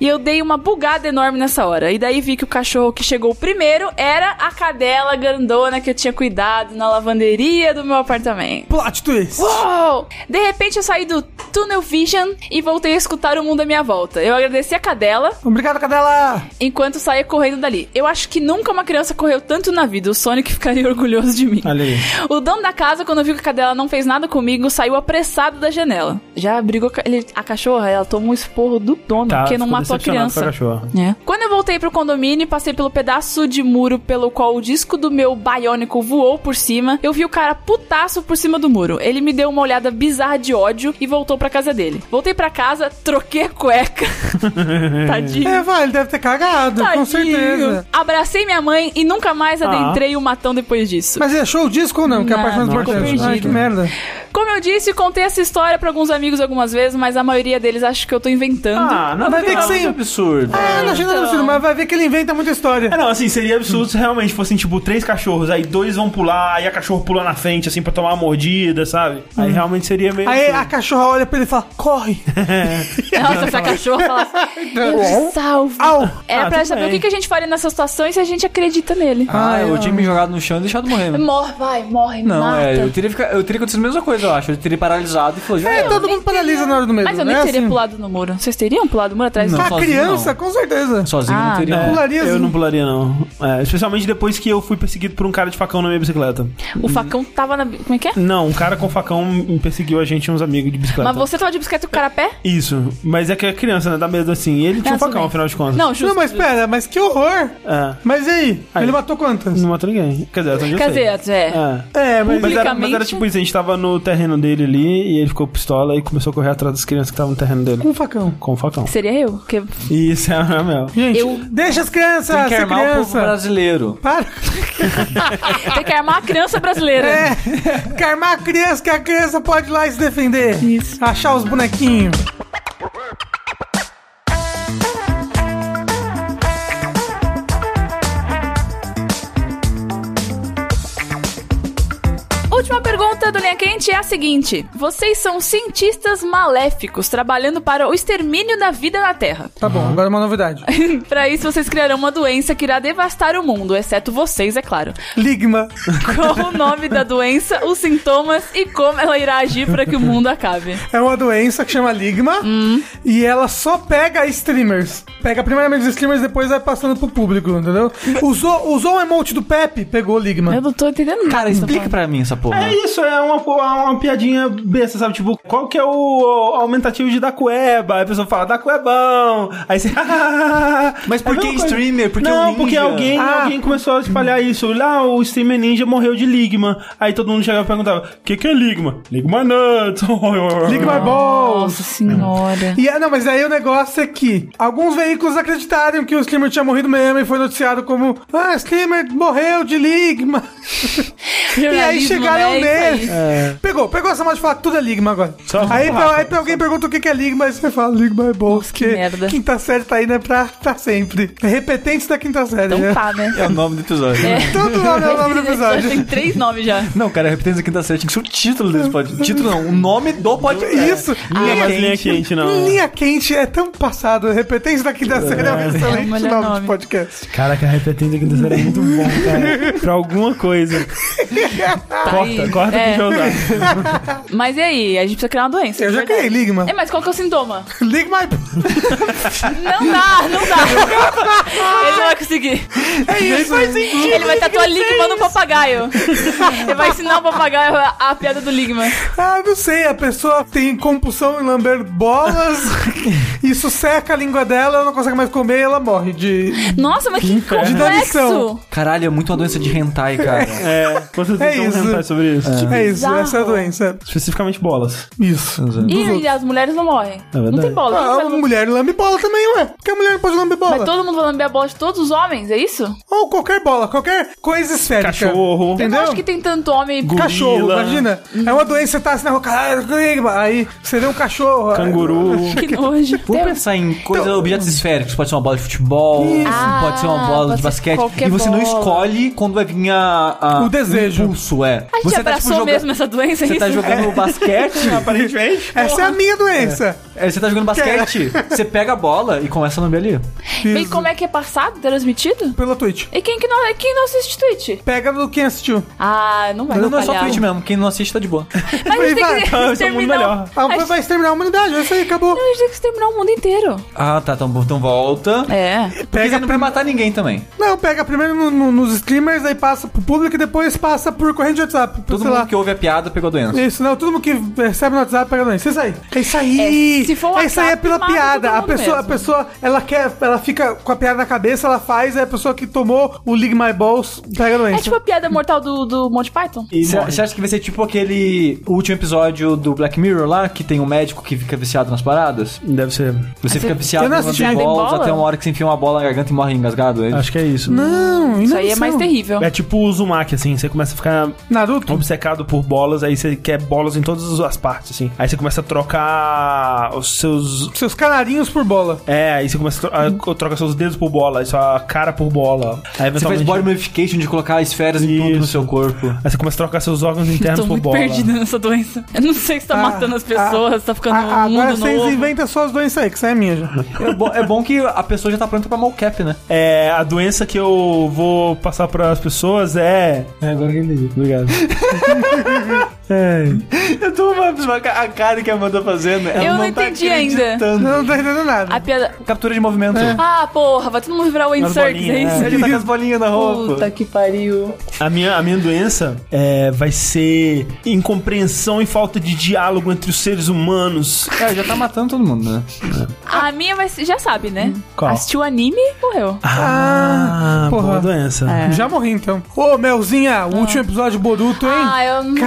[SPEAKER 1] e eu dei uma bugada enorme nessa hora. E daí vi que o cachorro que chegou primeiro era a cadela grandona que eu tinha cuidado na lavanderia do meu apartamento.
[SPEAKER 4] Plot twist.
[SPEAKER 1] Uou! De repente eu saí do Tunnel Vision e voltei a escutar o mundo à minha volta. Eu agradeci a cadela
[SPEAKER 4] Obrigado, cadela!
[SPEAKER 1] enquanto saía correndo dali. Eu acho que nunca uma criança correu tanto na vida. O Sonic ficaria orgulhoso de mim.
[SPEAKER 2] Olha aí.
[SPEAKER 1] O dono da casa, quando viu que a cadela não fez nada comigo, saiu apressado da janela. Já brigou com ele, a cachorra, ela tomou um esporro do dono,
[SPEAKER 2] Tá,
[SPEAKER 1] porque não
[SPEAKER 2] ficou
[SPEAKER 1] matou a
[SPEAKER 2] decepcionado com
[SPEAKER 1] criança.
[SPEAKER 2] cachorra.
[SPEAKER 1] É. Quando eu voltei voltei pro condomínio e passei pelo pedaço de muro pelo qual o disco do meu Bionicle voou por cima. Eu vi o cara putaço por cima do muro. Ele me deu uma olhada bizarra de ódio e voltou pra casa dele. Voltei pra casa, troquei a cueca. Tadinho.
[SPEAKER 4] É, vai, ele deve ter cagado,
[SPEAKER 1] Tadinho.
[SPEAKER 4] com certeza.
[SPEAKER 1] Abracei minha mãe e nunca mais adentrei o matão depois disso.
[SPEAKER 4] Mas ele achou o disco ou não? Que é a parte mais
[SPEAKER 1] Não, ficou
[SPEAKER 4] importante. Ai, que
[SPEAKER 1] perdido.
[SPEAKER 4] merda.
[SPEAKER 1] Como eu disse, contei essa história pra alguns amigos algumas vezes, mas a maioria deles acha que eu tô inventando.
[SPEAKER 2] não,
[SPEAKER 4] vai ter
[SPEAKER 2] não,
[SPEAKER 4] que ser-
[SPEAKER 2] é absurdo.
[SPEAKER 4] Ah, não
[SPEAKER 1] Então.
[SPEAKER 4] achei nada absurdo, mas vai ver que ele inventa muita história.
[SPEAKER 2] É, não, assim, seria absurdo se realmente fossem, tipo, três cachorros, aí dois vão pular, aí a cachorro pula na frente, assim, pra tomar uma mordida, sabe? Aí realmente seria meio. assim.
[SPEAKER 4] Aí
[SPEAKER 2] absurdo.
[SPEAKER 4] a cachorra olha pra ele e fala, corre.
[SPEAKER 1] Nossa, se a cachorra falasse, eu te salvo.
[SPEAKER 4] Au.
[SPEAKER 1] Era
[SPEAKER 2] Ah,
[SPEAKER 1] pra
[SPEAKER 2] tudo
[SPEAKER 1] saber
[SPEAKER 2] bem.
[SPEAKER 1] o que que a gente faria nessa situação e se a gente acredita nele.
[SPEAKER 3] Ah, eu tinha me jogado no chão e deixado morrer, né?
[SPEAKER 1] Morre, vai, morre,
[SPEAKER 3] Não,
[SPEAKER 1] É mata.
[SPEAKER 3] é, eu teria, fica- eu teria acontecido a mesma coisa, eu acho. Eu teria paralisado e falou, já
[SPEAKER 4] É,
[SPEAKER 3] era.
[SPEAKER 4] todo mundo paralisa na hora do medo.
[SPEAKER 1] Mas eu
[SPEAKER 4] né?
[SPEAKER 1] nem teria
[SPEAKER 4] Assim,
[SPEAKER 1] pulado no muro. Vocês teriam pulado no muro atrás
[SPEAKER 3] Não.
[SPEAKER 1] do
[SPEAKER 4] A
[SPEAKER 3] sozinho,
[SPEAKER 4] criança,
[SPEAKER 3] não.
[SPEAKER 4] com certeza.
[SPEAKER 3] Sozinho
[SPEAKER 1] Ah,
[SPEAKER 3] não teria.
[SPEAKER 2] É,
[SPEAKER 4] não pularia,
[SPEAKER 2] Eu
[SPEAKER 4] assim.
[SPEAKER 2] não pularia, não. É, especialmente depois que eu fui perseguido por um cara de facão na minha bicicleta.
[SPEAKER 1] O facão tava na. Como é que é?
[SPEAKER 2] Não, um cara com facão me perseguiu a gente e uns amigos de bicicleta.
[SPEAKER 1] Mas você tava de bicicleta com o cara a pé?
[SPEAKER 2] Isso, mas é que é criança, né? Dá medo assim. E ele tinha
[SPEAKER 1] Ah,
[SPEAKER 2] um facão,
[SPEAKER 1] tudo bem.
[SPEAKER 2] afinal de contas.
[SPEAKER 1] Não, justo.
[SPEAKER 4] Não, mas pera, mas que horror.
[SPEAKER 2] É,
[SPEAKER 4] Mas e aí?
[SPEAKER 2] Aí.
[SPEAKER 4] Ele matou quantas?
[SPEAKER 2] não matou ninguém. Quer dizer, até onde eu
[SPEAKER 1] Quer
[SPEAKER 2] sei.
[SPEAKER 1] dizer, é.
[SPEAKER 2] É. Mas era,
[SPEAKER 4] É, mas...
[SPEAKER 2] mas
[SPEAKER 1] Publicamente-
[SPEAKER 2] era tipo isso, a gente tava no terreno dele ali e ele ficou pistola e começou a correr atrás das crianças que estavam no terreno dele.
[SPEAKER 4] Com um facão.
[SPEAKER 2] Com o facão.
[SPEAKER 1] Seria eu. Porque
[SPEAKER 2] Isso é a Mel.
[SPEAKER 4] Gente,
[SPEAKER 1] Eu-
[SPEAKER 4] deixa as
[SPEAKER 3] Tem
[SPEAKER 4] crianças
[SPEAKER 3] que
[SPEAKER 4] ser
[SPEAKER 3] armar o povo
[SPEAKER 4] criança.
[SPEAKER 3] brasileiro.
[SPEAKER 4] Para.
[SPEAKER 1] tem que armar a criança brasileira.
[SPEAKER 4] É, que armar a criança, que a criança pode ir lá e se defender.
[SPEAKER 1] Isso.
[SPEAKER 4] Achar os bonequinhos.
[SPEAKER 1] Última pergunta do Linha Quente é a seguinte: Vocês são cientistas maléficos trabalhando para o extermínio da vida na Terra.
[SPEAKER 4] Tá bom, agora uma novidade.
[SPEAKER 1] Para isso, vocês criarão uma doença que irá devastar o mundo, exceto vocês, é claro.
[SPEAKER 4] Ligma.
[SPEAKER 1] Qual o nome da doença, os sintomas e como ela irá agir para que o mundo acabe?
[SPEAKER 4] É uma doença que chama Ligma e ela só pega streamers. Pega primeiramente os streamers, depois vai passando pro público, entendeu? Usou, usou o emote do Pepe, pegou Ligma.
[SPEAKER 1] Eu não tô entendendo nada.
[SPEAKER 3] Cara,
[SPEAKER 1] que você tá
[SPEAKER 3] explica pra mim essa porra.
[SPEAKER 2] É isso, é uma, uma piadinha besta, sabe? Tipo, qual que é o, aumentativo de da cueba? Aí a pessoa fala, da cuebão. Aí você. "Ah,
[SPEAKER 3] Mas por
[SPEAKER 2] É a
[SPEAKER 3] que
[SPEAKER 2] mesma coisa.
[SPEAKER 3] streamer? Por que o
[SPEAKER 2] Não,
[SPEAKER 3] ninja?
[SPEAKER 2] porque alguém,
[SPEAKER 4] Ah.
[SPEAKER 2] alguém começou a espalhar isso. Lá o streamer ninja morreu de Ligma. Aí todo mundo chegava e perguntava: o que, que é Ligma? Ligma Nuts.
[SPEAKER 4] Ligma é bom.
[SPEAKER 1] Nossa senhora.
[SPEAKER 4] E, é- não, mas aí o negócio é que alguns veículos acreditaram que o streamer tinha morrido mesmo e foi noticiado como Ah, streamer morreu de Ligma. E aí
[SPEAKER 1] Jornalismo,
[SPEAKER 4] chegaram
[SPEAKER 1] né? É isso
[SPEAKER 4] nele.
[SPEAKER 1] aí.
[SPEAKER 4] Pegou, pegou essa mão de falar que tudo é Ligma agora.
[SPEAKER 2] Só
[SPEAKER 4] aí
[SPEAKER 2] um
[SPEAKER 4] pra, aí pra alguém pergunta o que que é Ligma, aí você fala, Ligma é bom, porque
[SPEAKER 1] merda.
[SPEAKER 4] quinta série tá aí, né, pra, pra sempre. Repetentes da quinta série, né?
[SPEAKER 1] Então tá, né?
[SPEAKER 3] É o nome do episódio.
[SPEAKER 4] Todo nome é o nome do episódio.
[SPEAKER 1] Tem três nomes já.
[SPEAKER 3] Não, cara, repetindo aqui da série, tinha que ser o título desse podcast. Título não, o nome do podcast.
[SPEAKER 4] Isso.
[SPEAKER 1] Ah,
[SPEAKER 2] Não é
[SPEAKER 4] Linha,
[SPEAKER 2] mais linha quente, não.
[SPEAKER 4] Linha quente é tão passado. Repetentes da quinta série é um excelente
[SPEAKER 1] melhor
[SPEAKER 4] nome,
[SPEAKER 1] nome.
[SPEAKER 4] de podcast.
[SPEAKER 2] Caraca, repetindo aqui do é muito bom, cara. pra alguma coisa.
[SPEAKER 1] Tá
[SPEAKER 2] Corta,
[SPEAKER 1] aí.
[SPEAKER 2] corta
[SPEAKER 1] É.
[SPEAKER 2] que já usar.
[SPEAKER 1] Mas e aí? A gente precisa criar uma doença.
[SPEAKER 4] Eu
[SPEAKER 1] de
[SPEAKER 4] já
[SPEAKER 1] verdade.
[SPEAKER 4] criei Ligma.
[SPEAKER 1] É, mas qual que é o sintoma?
[SPEAKER 4] Ligma é
[SPEAKER 1] Não dá, não dá. Ele não vai conseguir.
[SPEAKER 4] é isso.
[SPEAKER 1] Ele vai tatuar Ligma no papagaio. Ele vai ensinar o papagaio a, a piada do Ligma.
[SPEAKER 4] Ah, não sei. A pessoa tem compulsão em lamber bolas. isso seca a língua dela, ela não consegue mais comer e ela morre de...
[SPEAKER 1] Nossa, mas que
[SPEAKER 4] De
[SPEAKER 1] complexo.
[SPEAKER 4] demissão.
[SPEAKER 3] Caralho, é muito uma doença de hentai, cara.
[SPEAKER 2] É, vocês
[SPEAKER 4] É
[SPEAKER 2] precisam
[SPEAKER 4] isso.
[SPEAKER 2] comentar sobre isso.
[SPEAKER 4] É isso,
[SPEAKER 1] bizarro.
[SPEAKER 4] essa é a doença.
[SPEAKER 2] Especificamente bolas.
[SPEAKER 4] Isso.
[SPEAKER 1] E as mulheres não morrem. não
[SPEAKER 2] verdade.
[SPEAKER 1] tem bola.
[SPEAKER 4] Ah,
[SPEAKER 1] Quem
[SPEAKER 4] a
[SPEAKER 1] vai-
[SPEAKER 4] mulher lambe bola também, ué. Porque a mulher não pode lamber bola.
[SPEAKER 1] Mas todo mundo vai lamber a bola de todos os homens, é isso?
[SPEAKER 4] Ou qualquer bola, qualquer coisa
[SPEAKER 2] É
[SPEAKER 4] esférica.
[SPEAKER 2] Cachorro.
[SPEAKER 1] Eu
[SPEAKER 4] Entendeu?
[SPEAKER 1] não acho que tem tanto homem.
[SPEAKER 2] Gu-
[SPEAKER 4] Cachorro,
[SPEAKER 2] Gorila.
[SPEAKER 4] imagina. É uma doença, você tá assim na rua, caralho, ligma. Aí você vê um cachorro.
[SPEAKER 2] Canguru.
[SPEAKER 1] Que nojo.
[SPEAKER 3] Vamos
[SPEAKER 1] Tem- um
[SPEAKER 3] pensar em coisas, objetos esféricos. Pode ser uma bola de futebol,
[SPEAKER 1] Ah,
[SPEAKER 3] pode ser uma bola
[SPEAKER 1] pode
[SPEAKER 3] de
[SPEAKER 1] ser
[SPEAKER 3] basquete.
[SPEAKER 1] qualquer
[SPEAKER 3] E você não
[SPEAKER 1] bola.
[SPEAKER 3] escolhe quando vai vir a, a-
[SPEAKER 4] O desejo.
[SPEAKER 3] impulso, é.
[SPEAKER 1] A gente
[SPEAKER 3] você
[SPEAKER 1] abraçou
[SPEAKER 3] joga-
[SPEAKER 1] mesmo essa doença, é
[SPEAKER 3] Você tá
[SPEAKER 1] isso?
[SPEAKER 3] jogando basquete.
[SPEAKER 2] Aparentemente.
[SPEAKER 4] Essa é a minha doença.
[SPEAKER 3] é, Você tá jogando basquete. Você pega a bola e começa a lamber ali.
[SPEAKER 1] E como é que é passado, transmitido?
[SPEAKER 4] Pela Twitch.
[SPEAKER 1] E quem que não, e quem não assiste Twitch?
[SPEAKER 4] Pega do quem assistiu.
[SPEAKER 1] Ah, não vai
[SPEAKER 3] Não, não é só
[SPEAKER 1] atrapalhar.
[SPEAKER 3] Twitch mesmo. Quem não assiste tá de boa.
[SPEAKER 1] Mas a gente
[SPEAKER 4] Vai,
[SPEAKER 1] tem que
[SPEAKER 2] vai, esse é o mundo
[SPEAKER 1] terminar.
[SPEAKER 2] melhor.
[SPEAKER 4] Ah,
[SPEAKER 1] A
[SPEAKER 4] vai exterminar a humanidade, é isso aí, acabou.
[SPEAKER 1] gente tem que terminar o mundo inteiro.
[SPEAKER 3] Ah, tá. Então, então volta.
[SPEAKER 1] É.
[SPEAKER 3] Porque você não vai matar ninguém também.
[SPEAKER 4] Não, pega primeiro no- no- nos streamers, aí passa pro público e depois passa por corrente de WhatsApp. por,
[SPEAKER 3] Todo
[SPEAKER 4] sei
[SPEAKER 3] mundo
[SPEAKER 4] lá.
[SPEAKER 3] que ouve a piada pegou a doença.
[SPEAKER 4] Isso, não, todo mundo que recebe no WhatsApp pega doença. Isso aí. É isso aí.
[SPEAKER 1] Se for um
[SPEAKER 4] Essa aí é
[SPEAKER 1] atraso,
[SPEAKER 4] pela
[SPEAKER 1] mata
[SPEAKER 4] piada.
[SPEAKER 1] todo
[SPEAKER 4] A
[SPEAKER 1] mundo
[SPEAKER 4] pessoa, a
[SPEAKER 1] mesmo.
[SPEAKER 4] pessoa, ela quer, ela fica com a piada na cabeça, ela faz, aí a pessoa que tomou o League My Balls pega a doença.
[SPEAKER 1] É tipo a piada mortal do, do Monty Python?
[SPEAKER 2] E morre.
[SPEAKER 3] Você acha que vai ser tipo aquele último episódio do Black Mirror lá, que tem um médico que fica viciado nas paradas?
[SPEAKER 2] Deve ser.
[SPEAKER 3] Você fica viciado
[SPEAKER 4] eu não
[SPEAKER 3] em
[SPEAKER 4] assisti.
[SPEAKER 1] Viciado em
[SPEAKER 3] bolas
[SPEAKER 1] bola?
[SPEAKER 3] até uma hora que você enfia uma bola na garganta e morre engasgado. Ele-
[SPEAKER 2] Acho que é isso.
[SPEAKER 4] Hum, Não,
[SPEAKER 1] Isso aí é mais
[SPEAKER 4] terrível.
[SPEAKER 1] terrível.
[SPEAKER 2] É tipo o Uzumaki, assim, você começa a ficar
[SPEAKER 4] Naruto?
[SPEAKER 2] obcecado por bolas, aí você quer bolas em todas as partes, assim. Aí você começa a trocar os seus.
[SPEAKER 4] Seus canarinhos por bola.
[SPEAKER 2] É, aí você começa a, tro- a- troca seus dedos por bola, aí sua cara por bola. Aí
[SPEAKER 3] Você faz
[SPEAKER 2] eventualmente.
[SPEAKER 3] body modification de colocar esferas em tudo no
[SPEAKER 2] Isso.
[SPEAKER 3] seu corpo.
[SPEAKER 2] Aí você começa a trocar seus órgãos internos
[SPEAKER 1] Tô
[SPEAKER 2] por
[SPEAKER 1] muito
[SPEAKER 2] bola.
[SPEAKER 1] perdida nessa doença. Eu não sei se tá
[SPEAKER 4] Ah,
[SPEAKER 1] matando as pessoas, se tá ficando
[SPEAKER 4] Ah,
[SPEAKER 1] um mundo
[SPEAKER 4] agora vocês
[SPEAKER 1] novo.
[SPEAKER 4] inventam suas doenças aí, que isso aí é minha já.
[SPEAKER 3] É bom, é bom que a pessoa já tá pronta pra mocap, né?
[SPEAKER 2] É, a doença que eu vou passar para as pessoas é. É, agora que eu entendi. Obrigado. é.
[SPEAKER 5] Eu tô uma, a cara que a Amanda fazendo. ela
[SPEAKER 1] Eu não
[SPEAKER 5] tá
[SPEAKER 1] entendi ainda.
[SPEAKER 5] acreditando.
[SPEAKER 4] Não, não tá entendendo nada.
[SPEAKER 1] A piada...
[SPEAKER 3] Captura de movimento.
[SPEAKER 1] Ah, porra, vai todo mundo virar o Wayne
[SPEAKER 2] As
[SPEAKER 1] Circus, é
[SPEAKER 2] bolinhas,
[SPEAKER 1] isso?
[SPEAKER 2] é.
[SPEAKER 5] Ele tá com as bolinhas na roupa.
[SPEAKER 1] Puta que pariu.
[SPEAKER 2] A minha, a minha doença é, vai ser incompreensão e falta de diálogo entre os seres humanos.
[SPEAKER 3] É, já tá matando todo mundo, né?
[SPEAKER 1] A minha vai ser... Já sabe, né?
[SPEAKER 2] Qual?
[SPEAKER 1] Assistiu anime e morreu.
[SPEAKER 2] Ah,
[SPEAKER 4] porra.
[SPEAKER 2] boa doença.
[SPEAKER 1] É.
[SPEAKER 4] Já morri então. Ô, Melzinha, o último episódio de Boruto, hein?
[SPEAKER 1] Ah, eu não... Vem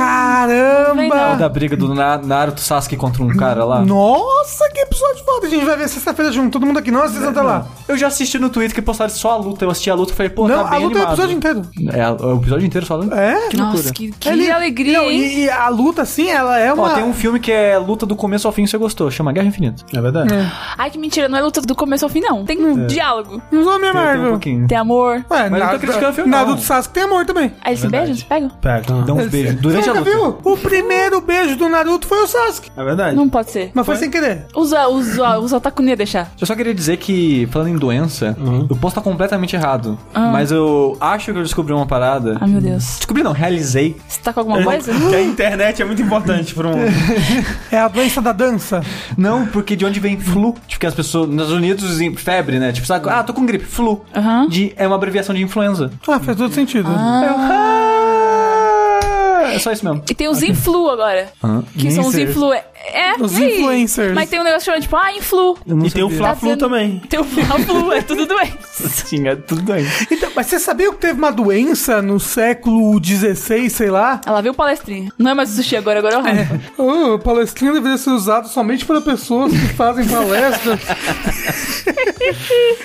[SPEAKER 4] Caramba!
[SPEAKER 1] não.
[SPEAKER 3] O da briga do Na- Naruto Sasuke contra um cara lá.
[SPEAKER 4] Nossa, que episódio foda! A gente vai ver sexta-feira junto, todo mundo aqui. Não assista até lá.
[SPEAKER 3] Eu já assisti no Twitter que postaram só a luta. Eu assisti a luta e falei, É, pô,
[SPEAKER 4] não,
[SPEAKER 3] tá bem
[SPEAKER 4] a luta é o
[SPEAKER 3] animado.
[SPEAKER 4] episódio inteiro.
[SPEAKER 3] É, o episódio inteiro só a luta.
[SPEAKER 4] É?
[SPEAKER 1] Nossa, que, que
[SPEAKER 4] Ele-
[SPEAKER 1] alegria,
[SPEAKER 4] Não,
[SPEAKER 1] hein?
[SPEAKER 4] e, e a luta, assim, ela é uma...
[SPEAKER 3] Ó, tem um filme que é luta do começo ao fim, você gostou. Chama Guerra Infinita.
[SPEAKER 2] É verdade.
[SPEAKER 3] né?
[SPEAKER 1] Ai, que mentira, não é luta do começo ao fim, não. Tem um diálogo.
[SPEAKER 4] Uns homens
[SPEAKER 3] Tem- tem um
[SPEAKER 4] Marvel.
[SPEAKER 3] pouquinho.
[SPEAKER 1] Tem amor.
[SPEAKER 4] Ué,
[SPEAKER 3] Mas é eu não tô
[SPEAKER 4] Naruto-
[SPEAKER 3] criticando o filme, não.
[SPEAKER 4] Naruto Sasuke tem amor também.
[SPEAKER 1] Aí eles se beijam, se pegam?
[SPEAKER 2] Pega.
[SPEAKER 3] Dá uns beijos. Durante
[SPEAKER 4] Você
[SPEAKER 3] a
[SPEAKER 4] nunca viu?
[SPEAKER 3] luta.
[SPEAKER 4] O primeiro beijo do Naruto foi o Sasuke.
[SPEAKER 2] É verdade.
[SPEAKER 1] Não pode ser.
[SPEAKER 4] Mas foi, sem querer.
[SPEAKER 1] Usa, usa, usa o taco não ia deixar.
[SPEAKER 3] Eu só queria dizer que, falando em doença,
[SPEAKER 2] Uhum.
[SPEAKER 3] eu posso estar completamente errado.
[SPEAKER 1] Ah.
[SPEAKER 3] Mas eu acho que eu descobri uma parada.
[SPEAKER 1] Ai, Ah, meu Deus.
[SPEAKER 3] Descobri não, realizei.
[SPEAKER 1] Você tá com alguma coisa?
[SPEAKER 2] Que a internet é muito importante pro mundo.
[SPEAKER 4] É a doença da dança.
[SPEAKER 3] Não, porque de onde vem flu? Tipo, que as pessoas nos Estados Unidos, em febre, né? Tipo, sabe? Ah, tô com gripe, flu.
[SPEAKER 1] Aham.
[SPEAKER 3] De, é uma abreviação de influenza.
[SPEAKER 4] Ah, faz todo sentido. É
[SPEAKER 3] Ah, é só isso mesmo.
[SPEAKER 1] E tem os influ agora. Que são os influ. É,
[SPEAKER 4] Os
[SPEAKER 1] e aí?
[SPEAKER 4] influencers.
[SPEAKER 1] Mas tem um negócio chamado tipo, ah, influ.
[SPEAKER 2] E tem o Fla-Flu
[SPEAKER 1] Tá dizendo-
[SPEAKER 2] também.
[SPEAKER 1] Tem o flu, é tudo doença.
[SPEAKER 3] Sim, é tudo bem.
[SPEAKER 4] Então, mas você sabia que teve uma doença no século XVI, sei lá?
[SPEAKER 1] Ela viu palestrinha. Não é mais o sushi agora, agora é o Rafa.
[SPEAKER 4] Oh, palestrinha deveria ser usado somente para pessoas que fazem palestras.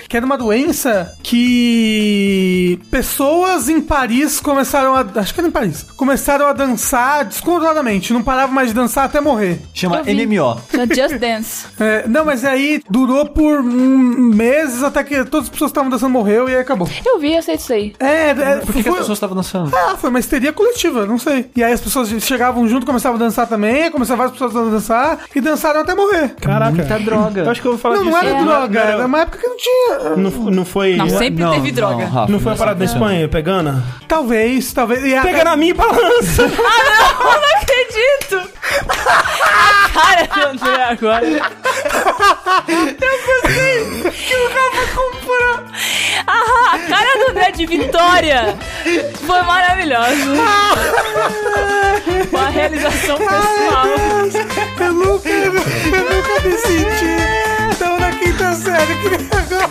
[SPEAKER 4] que era uma doença que pessoas em Paris começaram a. Acho que era em Paris. Começaram a dançar descontroladamente. Não paravam mais de dançar até morrer.
[SPEAKER 3] Chama
[SPEAKER 1] Eu vi.
[SPEAKER 3] MMO.
[SPEAKER 1] Chama Just Dance.
[SPEAKER 4] É, não, mas aí durou por hum, meses até que todas as pessoas que estavam dançando morreu e aí acabou.
[SPEAKER 1] Eu vi, eu sei disso aí.
[SPEAKER 4] É, é
[SPEAKER 3] Por que, que
[SPEAKER 4] foi-
[SPEAKER 3] as pessoas estavam dançando?
[SPEAKER 4] Ah, foi uma histeria coletiva, não sei. E aí as pessoas chegavam junto, começavam a dançar também, começavam várias pessoas a dançar e dançaram até morrer.
[SPEAKER 2] Caraca.
[SPEAKER 3] Muita droga.
[SPEAKER 2] Eu acho que eu vou falar
[SPEAKER 4] Não,
[SPEAKER 2] disso.
[SPEAKER 4] não era
[SPEAKER 1] É.
[SPEAKER 4] droga,
[SPEAKER 2] Não,
[SPEAKER 4] era uma época que não tinha.
[SPEAKER 2] Não, não foi.
[SPEAKER 1] Não, sempre
[SPEAKER 3] Não,
[SPEAKER 1] teve droga.
[SPEAKER 3] Não, Rafa,
[SPEAKER 2] é- Não foi a
[SPEAKER 3] nessa-
[SPEAKER 2] parada da Espanha, pegando?
[SPEAKER 4] Talvez, talvez. E a-
[SPEAKER 2] Pega na minha e balança!
[SPEAKER 1] Eu não acredito! A cara do André agora. Eu gostei que o Rafa comprou. Ah, a cara do André de vitória foi maravilhosa. Uma realização pessoal.
[SPEAKER 4] Eu nunca, eu nunca me senti tão na quinta série que nem agora.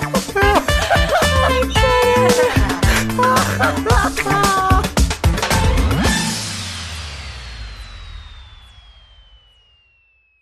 [SPEAKER 1] Ai, cara.